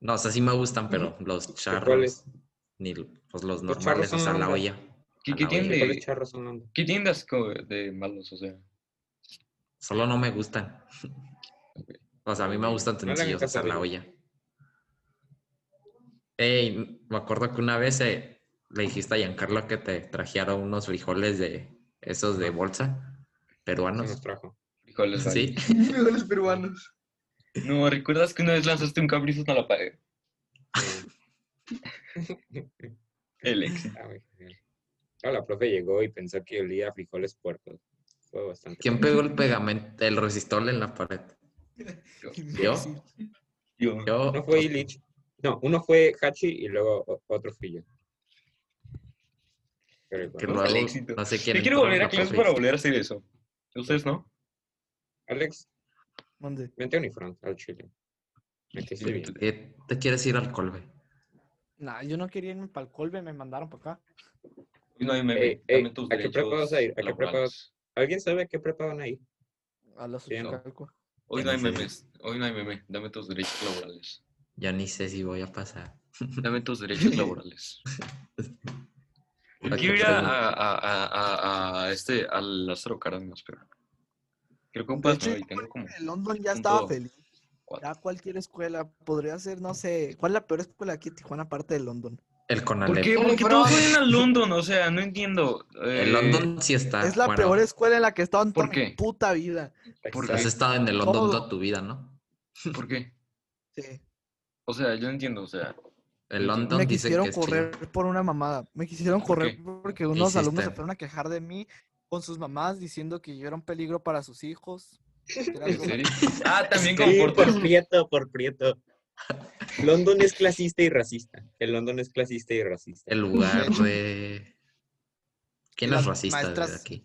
No, o sea, sí me gustan, pero los charros, Frijoles. ni pues los Los charros normales, o son sea, la hombres. olla. ¿Qué, A qué la tienen olla. Ah, Frijoles de, charros son hombres. ¿Qué tienen de asco de malos? O sea, Solo no me gustan. O sea, a mí me gustan No le hagan sencillos, o caso sea, a la Billy. olla. Ey, me acuerdo que una vez eh, le dijiste a Giancarlo que te trajeara unos frijoles de esos de bolsa Se peruanos. nos (laughs) trajo. frijoles. Sí, vaya. Frijoles peruanos. No, ¿recuerdas que una vez lanzaste un cabrizo a la pared? El ex. Ah, muy genial. Ah, la profe llegó y pensó que olía a frijoles puertos. Fue bastante. ¿quién pegó el pegamento, el resistol en la pared? ¿Yo? (laughs) Yo, Yo. No fue Illich. No, uno fue Hachi y luego o- otro fui yo. Pero Que bueno, Vamos al luego, éxito. no sé Yo quién quiero entró, volver a la clases profe para dice, volver a hacer eso. ¿Ustedes no? Alex, ¿Dónde? Vente a Unifront, al chile. Me quedé bien. Eh, te quieres ir al colbe. Nah, yo no quería irme para el Colbe, me mandaron para acá. No, y me, Ey, dame ey, tus Eh, ¿a qué prepa vas a ir? ¿A qué laborales. prepa vas? ¿Alguien sabe a qué prepa van ahí? A la Sí, no. Xochicalco. Hoy no hay Ya no sé. memes. Hoy no hay meme. Dame tus derechos (laughs) laborales. Ya ni sé si voy a pasar. Dame tus derechos (laughs) laborales. Para que Quiero ir a, pregunte. a, a, a, a este, al Lázaro Cárdenas, pero. Creo que un De hecho, paso yo y tengo creo como. que London ya un estaba todo. feliz. cuatro. Ya cualquier escuela podría ser, no sé, ¿cuál es la peor escuela aquí en Tijuana aparte de London? El ¿Por Conalep. qué? Dale, ¿Por qué bro. todos odian (laughs) a London? O sea, no entiendo. Eh, El London sí está. es la Ah, bueno, peor escuela en la que he estado en toda ¿Por mi qué? puta vida. ¿Por Has qué? estado en el London Todo. toda tu vida, ¿no? ¿Por qué? Sí. O sea, yo no entiendo. O sea, El London Me dice que quisieron es correr chido. por una mamada. Me quisieron ¿Por correr qué? porque unos alumnos se hiciste? fueron a quejar de mí con sus mamás diciendo que yo era un peligro para sus hijos. que era ¿en algo- serio? Ah, (laughs) también con Sí, pues. Porto. por prieto, por prieto. London es clasista y racista. El London es clasista y racista. (laughs) El lugar de. ¿Quién Las es racista maestras- de aquí?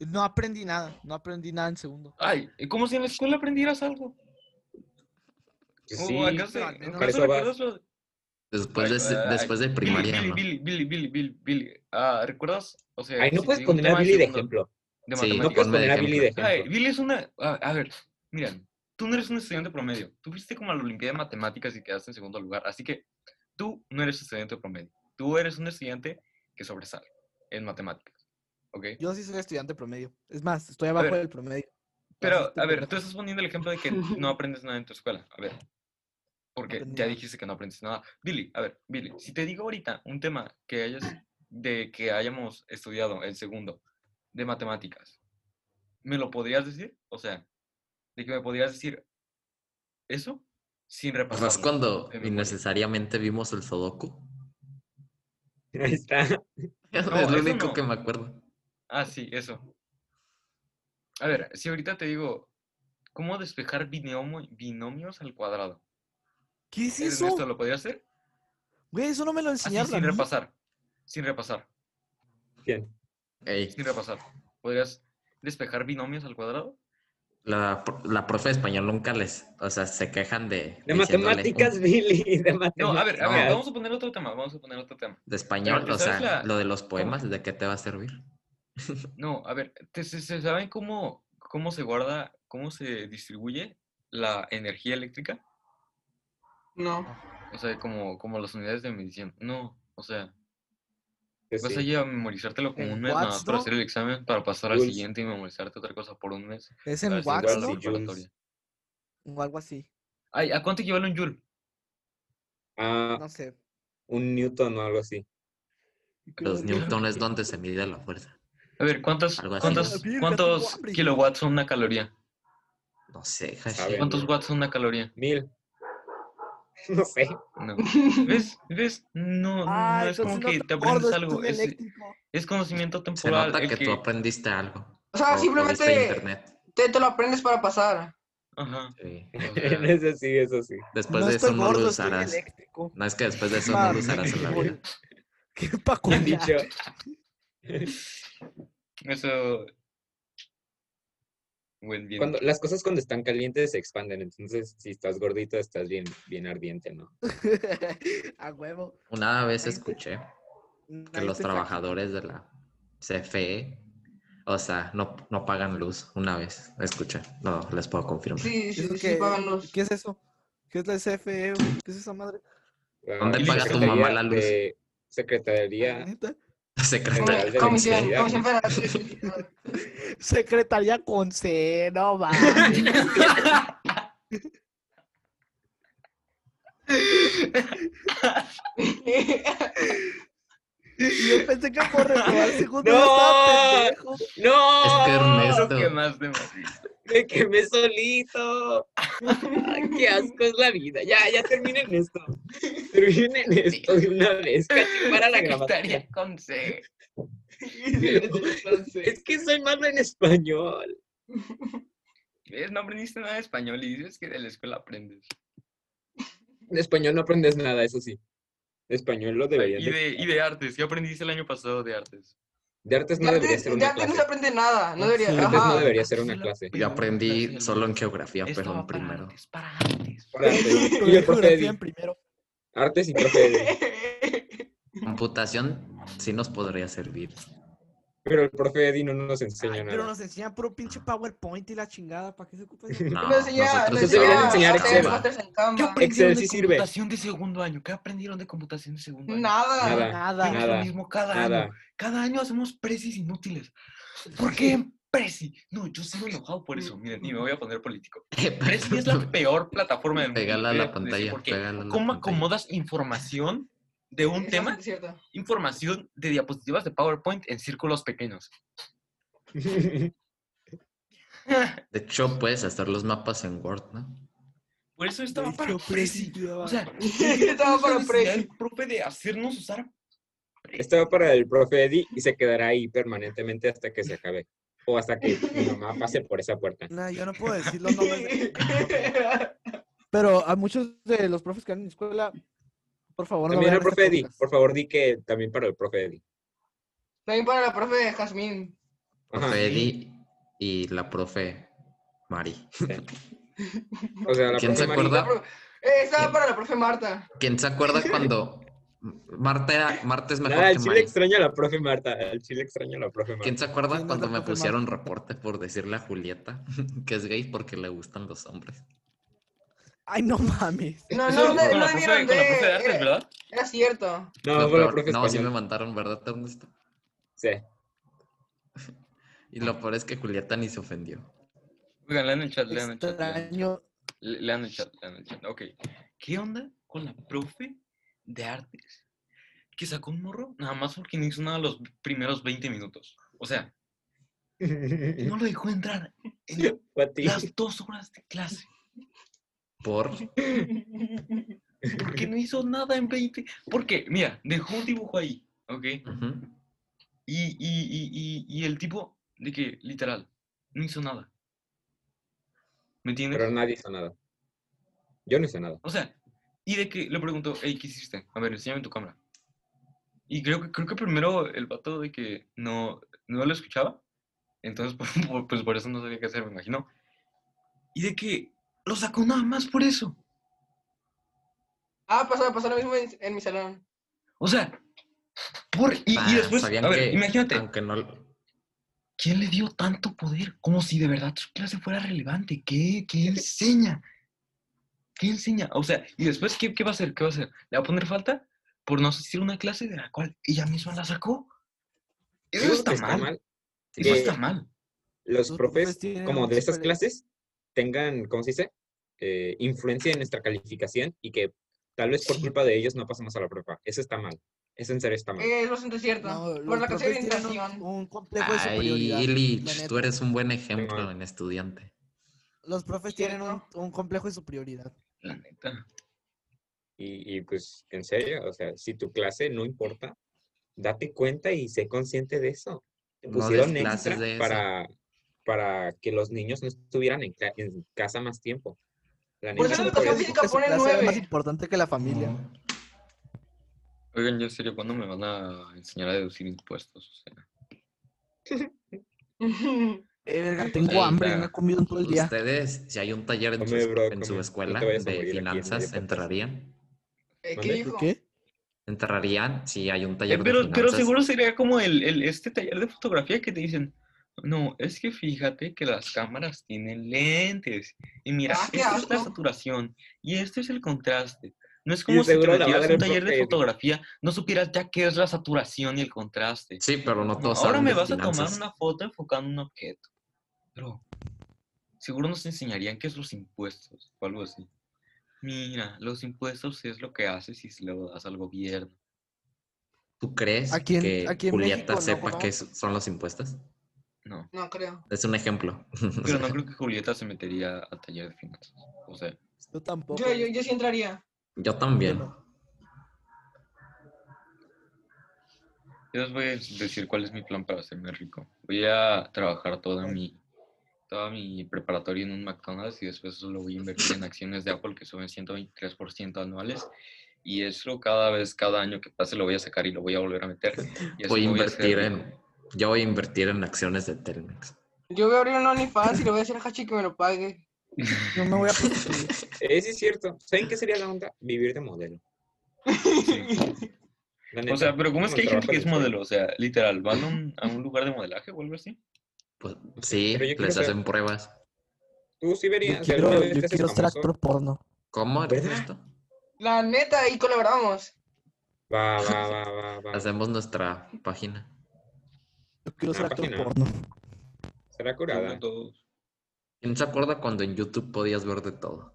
No aprendí nada, no aprendí nada en segundo. Ay, ¿cómo si en la escuela aprendieras algo? Pues ¿O sí, acaso, al menos- para acaso eso va. recuerdas lo- Después Ay, de, ay, después de Billy, primaria, Billy, ¿no? Billy, Billy, Billy, Billy, Billy. Ah, ¿recuerdas? O sea, Ay, no si te puedes digo un poner a tema Billy de segundo- ejemplo. (laughs) de Sí, No matemáticas. puedes ponme de poner a Billy de ejemplo. Ay, ejemplo. Billy es una. A, a ver, mira, tú no eres un estudiante promedio. Tú fuiste como a la Olimpiada de Matemáticas y quedaste en segundo lugar. Así que tú no eres estudiante promedio. Tú eres un estudiante que sobresale en matemáticas. ¿Ok? Yo sí soy estudiante promedio. Es más, estoy abajo ver. del promedio. Pero, Así a ver, pendejo. tú estás poniendo el ejemplo de (laughs) que no aprendes nada en tu escuela. A ver. Porque aprendí ya nada. dijiste que no aprendes nada. Billy, a ver, Billy, si te digo ahorita un tema que hayas, de que hayamos estudiado, el segundo, de matemáticas, ¿me lo podrías decir? O sea, de que me podrías decir eso sin O repasar. (laughs) sea, es cuando de memoria. innecesariamente vimos el Sudoku. Ahí está. (laughs) es lo eso único no. que me acuerdo. Ah, sí, eso. A ver, si ahorita te digo, ¿cómo despejar binomo- binomios al cuadrado? ¿Qué es eso? ¿Esto lo podrías hacer? Güey, eso no me lo Así, enseñaron. a sin mí. repasar. Sin repasar. Bien. Ey, Sin repasar. ¿Podrías despejar binomios al cuadrado? la, pro- la profe de español nunca les. O sea, se quejan de. De diciéndole, matemáticas, Billy. De matemáticas. No, a ver, a No. ver, vamos a poner otro tema, vamos a poner otro tema. De español, Pero, o sea, ¿sabes la- lo de los poemas, ¿de qué te va a servir? No, a ver, ¿te- se, se saben cómo, cómo se guarda, cómo se distribuye la energía eléctrica? No. O sea, como, como las unidades de medición. No, o sea, Pues vas sí. allí a memorizártelo como En un mes nada más watts, para ¿no? hacer el examen, para pasar al Joules. siguiente y memorizarte otra cosa por un mes. Es para en después Wax, igual llevarlo a ¿no? la sí, Joules. preparatoria. O algo así. Ay, ¿a cuánto equivale un joule? Ah, No sé. un Newton o algo así. Los Newton es donde se mide la fuerza. A ver, ¿cuántas, Algo así. cuántas- Virga, tengo cuántos hambre. kilowatts son una caloría? No sé, A Hashi. ver. ¿Cuántos watts son una caloría? Mil. (laughs) No sé. (laughs) No. ¿Ves? ¿Ves? No, no, Ah, no es como que te aprendes algo. Es, es conocimiento Se temporal. nota el que tú que- aprendiste algo. O Ah, sea, lo simplemente- viste en internet. Te, te lo aprendes para pasar. Ajá. (laughs) Sí. o sea, Eso sí, eso sí. Después no Pues de eso estoy no gordo, lo estoy usarás. eléctrico. No es que después de eso no lo Mami. usarás en la vida. (laughs) Qué paco. Bien dicho. eso. Buen bien. Cuando, las cosas cuando están calientes se expanden. Entonces, si estás gordito, estás bien, bien ardiente, ¿no? (laughs) a huevo. Una vez Ahí te- escuché que Nadie los te saca. trabajadores de la CFE, o sea, no, no pagan luz. Una vez escuché, no les puedo confirmar. (laughs) Sí, sí, ¿Eso sí, qué? pagan los. ¿Qué es eso? ¿Qué es la SFE? güey? ¿Qué es esa madre? Ah, ¿Dónde y paga tu Secretaría mamá la luz? de- Secretaría ¿Neta? (laughs) Secretaria. Federal de Comisión, Electricidad, comisión ¿no? federal de (laughs) electricidad. Secretaría con C, no va. Y yo pensé que por reprobar segundo ¡No! no estaba pendejo. ¡No! Es que Creo que Ernesto, más de más. Me quemé solito. (laughs) Ay, Qué (laughs) asco es la vida. Ya, ya terminen (laughs) esto. Terminen esto de una vez. Cachi, para (laughs) la grabación. Secretaría con C. Es que soy malo en español. ¿Ves? No aprendiste nada de español y dices que de la escuela aprendes. De español no aprendes nada, eso sí. De español lo Ay, deberían Y de... de, y de artes. ¿Qué aprendiste el año pasado de artes? De artes no de debería ser arte, de una arte no clase. se aprende nada, no debería. De artes ajá. no debería ser una clase. Yo aprendí solo en geografía, pero en primero. para antes. Ahora, Yo Y el profe geografía Eddie. en primero. Artes y profe Eddie. (laughs) Computación sí nos podría servir. Pero el profe Eddie no nos enseña Ay, nada. pero nos enseñan puro pinche PowerPoint y la chingada. ¿Para qué se ocupa eso? No, (laughs) Nos enseñaba- nosotros nos Entonces deberían enseñaba enseñar a enseñar hacer Excel. (laughs) mates en ¿Qué Canva. aprendieron Excel sí de sirve. computación de segundo año? ¿Qué aprendieron de computación de segundo año? (laughs) Nada. Nada. Nada. Hacemos nada, lo mismo cada nada. año. Cada año hacemos presis inútiles. ¿Por qué presi? No, yo sigo enojado por eso. Miren, y me voy a poner político. Prezi es la peor plataforma del mundo. Pégala a Voy la decir pantalla. por qué. pégala a la ¿Cómo pantalla. acomodas información de un Eso tema? (laughs) es cierto. (laughs) Información de diapositivas de PowerPoint en círculos pequeños. De hecho, puedes hacer los mapas en Word, ¿no? Por eso estaba Yo para presi. presidiaba. O sea, Estaba para presi. presi. El profe de hacernos usar (laughs) Estaba para el profe Eddie y se quedará ahí permanentemente hasta que se acabe. O hasta que mi mamá pase por esa puerta. Nah, yo (laughs) no puedo decir (laughs) los (laughs) nombres. de- Pero a muchos de los profes que han en mi escuela, por favor, También vean el este profe Eddie. podcast. Por favor, di que también para el profe Eddie. También para la profe de Jazmín. Ajá. Profe Eddie y la profe Mari. O sea, la ¿Quién se profe Mari- acuerda? Eh, estaba para la profe Marta. ¿Quién se acuerda cuando Marta, era- Marta es mejor Nada, que el Ah, chile Mari? extraña a la profe Marta. El chile extraña a la profe Marta. ¿Quién se acuerda ¿Quién es cuando la me profe pusieron reporte por decirle a Julieta (laughs) que es gay porque le gustan los hombres? Ay, no mames. No, Eso no, no, con la no profe- debieron con la de- profe de artes, Era, ¿verdad? (laughs) era cierto. No, Lo fue la peor- profe no, sí me española. mandaron, ¿verdad, Ernesto? Sí. Y lo peor es que Julieta ni se ofendió. Oigan, lean el chat, lean el chat. lean el chat. Extraño. Le- Lean el chat, lean el chat. Ok. ¿Qué onda con la profe de artes que sacó un morro nada más porque no hizo nada los primeros 20 minutos? O sea, no lo dejó entrar en (laughs) Fue a ti. las dos horas de clase. (laughs) Por Porque no hizo nada en 20. Porque, mira, dejó un dibujo ahí, ¿ok? ujú, Y, y, y, y, y el tipo de que, literal, no hizo nada. ¿Me entiendes? Pero nadie hizo nada. Yo no hice nada. O sea, y de que le preguntó, hey, ¿qué hiciste? A ver, enséñame tu cámara. Y creo que, creo que primero el vato de que no, no lo escuchaba. Entonces, (laughs) por- por- pues por eso no sabía qué hacer, me imagino. Y de que lo sacó nada más por eso. Ah, pasó, pasó lo mismo en, en mi salón. O sea, por, y, y Ah, después, sabían a ver, que- imagínate, aunque no, ¿quién le dio tanto poder? Como si de verdad su clase fuera relevante. ¿Qué, qué enseña? ¿Qué enseña? O sea, y después, ¿qué, ¿qué va a hacer? ¿Qué va a hacer? ¿Le va a poner falta por no asistir a una clase de la cual ella misma la sacó? Eso Digo está, que está mal. mal Eso que está mal. Los Los profes, profes tienen como de mucha estas influencia. clases, tengan, ¿cómo se dice? Eh, influencia en nuestra calificación y que tal vez por Sí. culpa de ellos no pasemos a la prueba. Eso está mal. Eso en serio está mal. Eh, es bastante cierto. No, los por la clase profes de tienen un- orientación. un complejo de Ay, superioridad. la Illich, neta. tú eres un buen ejemplo Simón. en estudiante. Los profes tienen un, ¿Cierto? un complejo de superioridad. La neta. Y, y, pues, en serio, o sea, si tu clase no importa, date cuenta y sé consciente de eso. Te No pusieron des clases extra de eso. para, para que los niños no estuvieran en, ca- en casa más tiempo. La Por Pues neta, eso no la educación puedes- física Porque su pone clase Es más nueve. importante que la familia. Oigan, yo en serio, ¿cuándo me van a enseñar a deducir impuestos? O sea, Eh, verga, tengo Ey, hambre, verga. no he comido en todo el día. Ustedes, si hay un taller en, Come, su, bro, en su come. escuela No te vayas a de morir aquí en medio pues. finanzas, podcast. ¿entrarían? (laughs) Eh, ¿Mande? ¿Qué dijo? ¿Qué? ¿Entrarían si hay un taller Eh, de pero, finanzas? pero seguro sería como el, el- este taller de fotografía que te dicen, no, es que fíjate que las cámaras tienen lentes. Y mira, Ah, qué esta es la asco. saturación y este es el contraste. No es Y como si te seguro la va a metieras dar a un el taller profe de Eddie. fotografía, no supieras ya qué es la saturación y el contraste. Sí, pero no Como, todos Ahora saben me de vas a tomar finanzas. una foto enfocando un objeto. Pero seguro nos enseñarían qué es los impuestos o algo así. Mira, los impuestos es lo que haces si se lo das al gobierno. ¿Tú crees Aquí en- que aquí en Julieta México no sepa conozco. qué es- son los impuestos? No. No creo. Es un ejemplo. Pero (laughs) no creo que Julieta se metería a taller de finanzas. O sea, Yo tampoco. Yo, yo, yo sí entraría. Yo también. yo les voy a decir cuál es mi plan para hacerme rico. Voy a trabajar toda mi, toda mi preparatoria en un McDonald's y después eso lo voy a invertir en acciones de Apple que suben 123% anuales. Y eso cada vez, cada año que pase lo voy a sacar y lo voy a volver a meter. Y eso Voy a me invertir hacer en Yo voy a invertir en acciones de Telmex. Yo voy a abrir un OnlyFans y le voy a decir a Hachi que me lo pague. Yo me voy a (laughs) prostituir. Eh, sí, es cierto. ¿Saben qué sería la onda? Vivir de modelo. La neta, O sea, pero ¿cómo es que hay el gente que es trabajo de- modelo? O sea, literal, ¿van a un, a un lugar de modelaje o algo así? Pues sí, Pero yo quiero les ser- hacen pruebas. Tú sí verías. Yo si quiero, alguna vez yo este te haces quiero ser famoso, actor porno. ¿Cómo? ¿Verdad? esto? La neta, ahí colaboramos. Va, va, va, va, va. Hacemos nuestra página. Yo quiero Una ser actor página. porno. Será curada. Todos. ¿Quién se acuerda cuando en YouTube podías ver de todo?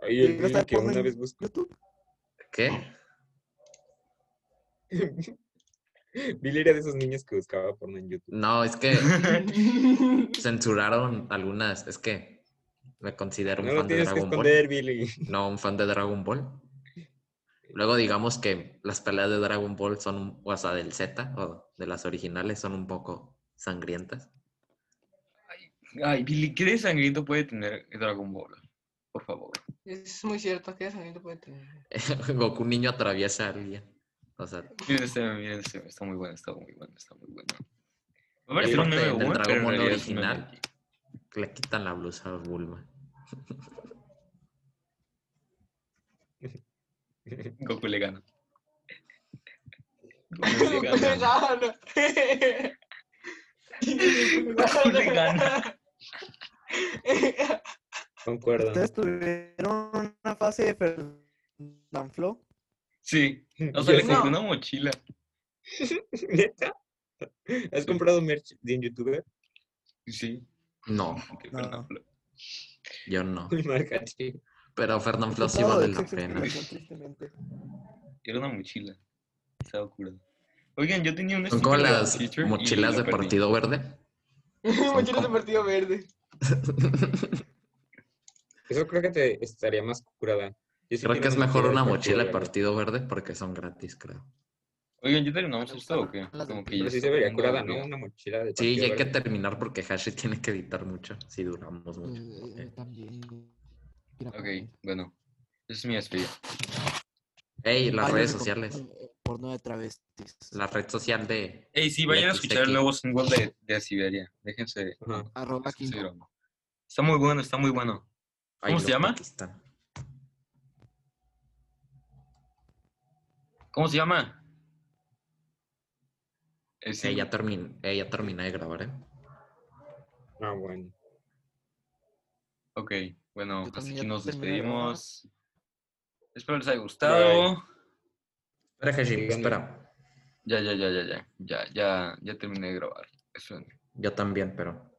Ay, el- Llegaste a el que una poner- vez busco. YouTube. ¿Qué? (laughs) Billy era de esos niños que buscaba porno en YouTube. No, es que censuraron algunas. Es que me considero un No lo fan de tienes que Dragon Ball. esconder, Billy. (laughs) no un fan de Dragon Ball. Luego digamos que las peleas de Dragon Ball son, un, o sea, del Z o de las originales son un poco sangrientas. (laughs) Ay, Billy, ¿qué de sangriento puede tener Dragon Ball? Por favor. Es muy cierto que esa gente puede tener. Goku un niño atraviesa a alguien. O sea, Miren este, meme, miren este, meme, está muy bueno, está muy bueno, está muy bueno. Va a Y parecer un aparte meme del bueno, Dragon pero en Ball realidad es un meme original. le quitan la blusa a Bulma. aquí. Goku le gana. Goku le gana. (laughs) Vegano. (laughs) Vegano. Concuerdo. Ustedes tuvieron una fase de Fernanfloo. Sí, o sea, Yo le sí. No. compré una mochila. ¿Neta? ¿Has comprado merch de un youtuber? (laughs) Sí, No, de No. Fernando. yo no. Marca, sí. Pero Fernán Flo sí Todo vale de la sexo pena. educación, tristemente. Era una mochila. Estaba curado. Oigan, yo tenía una Son como sticker de las Teacher y mochilas lo de perdí. partido verde. Mochilas de partido verde. Eso creo que te estaría más curada. Yo sí Creo que quiero es una mejor una de mochila de verde. partido verde porque son gratis, creo. Oigan, ¿ya terminamos esto o qué? Las de- Como que ya Pero sí está se vería poniendo curada, ¿no? aburrido. Una mochila de Sí, partido ya hay que verde. terminar porque Hashi (laughs) tiene que editar mucho si duramos mucho. Mm. Eh, también. Mira, Ok, bueno. Esa es mi despedida. Ey, las Bailes redes de sociales. porno- eh, Porno de travestis. La red social de. Ey, sí, vayan a escuchar el XXX. nuevo single de, de Siberia. Déjense. Ajá. Arroba déjense Ah, Quinto. broma. Está muy bueno, está muy bueno. Ay, ¿Cómo se los llama? Pakistán. ¿Cómo se llama? Eh, sí. Ey, ya, termin... Ey, ya terminé de grabar, ¿eh? Ah, bueno. Ok, bueno, hasta también aquí ya nos terminé de grabar. despedimos. Espero les haya gustado. Espera, Hashi, Síganme. espera. Ya, ya, ya, ya, ya. Ya, ya, ya terminé de grabar. Espérenme. Yo también, pero.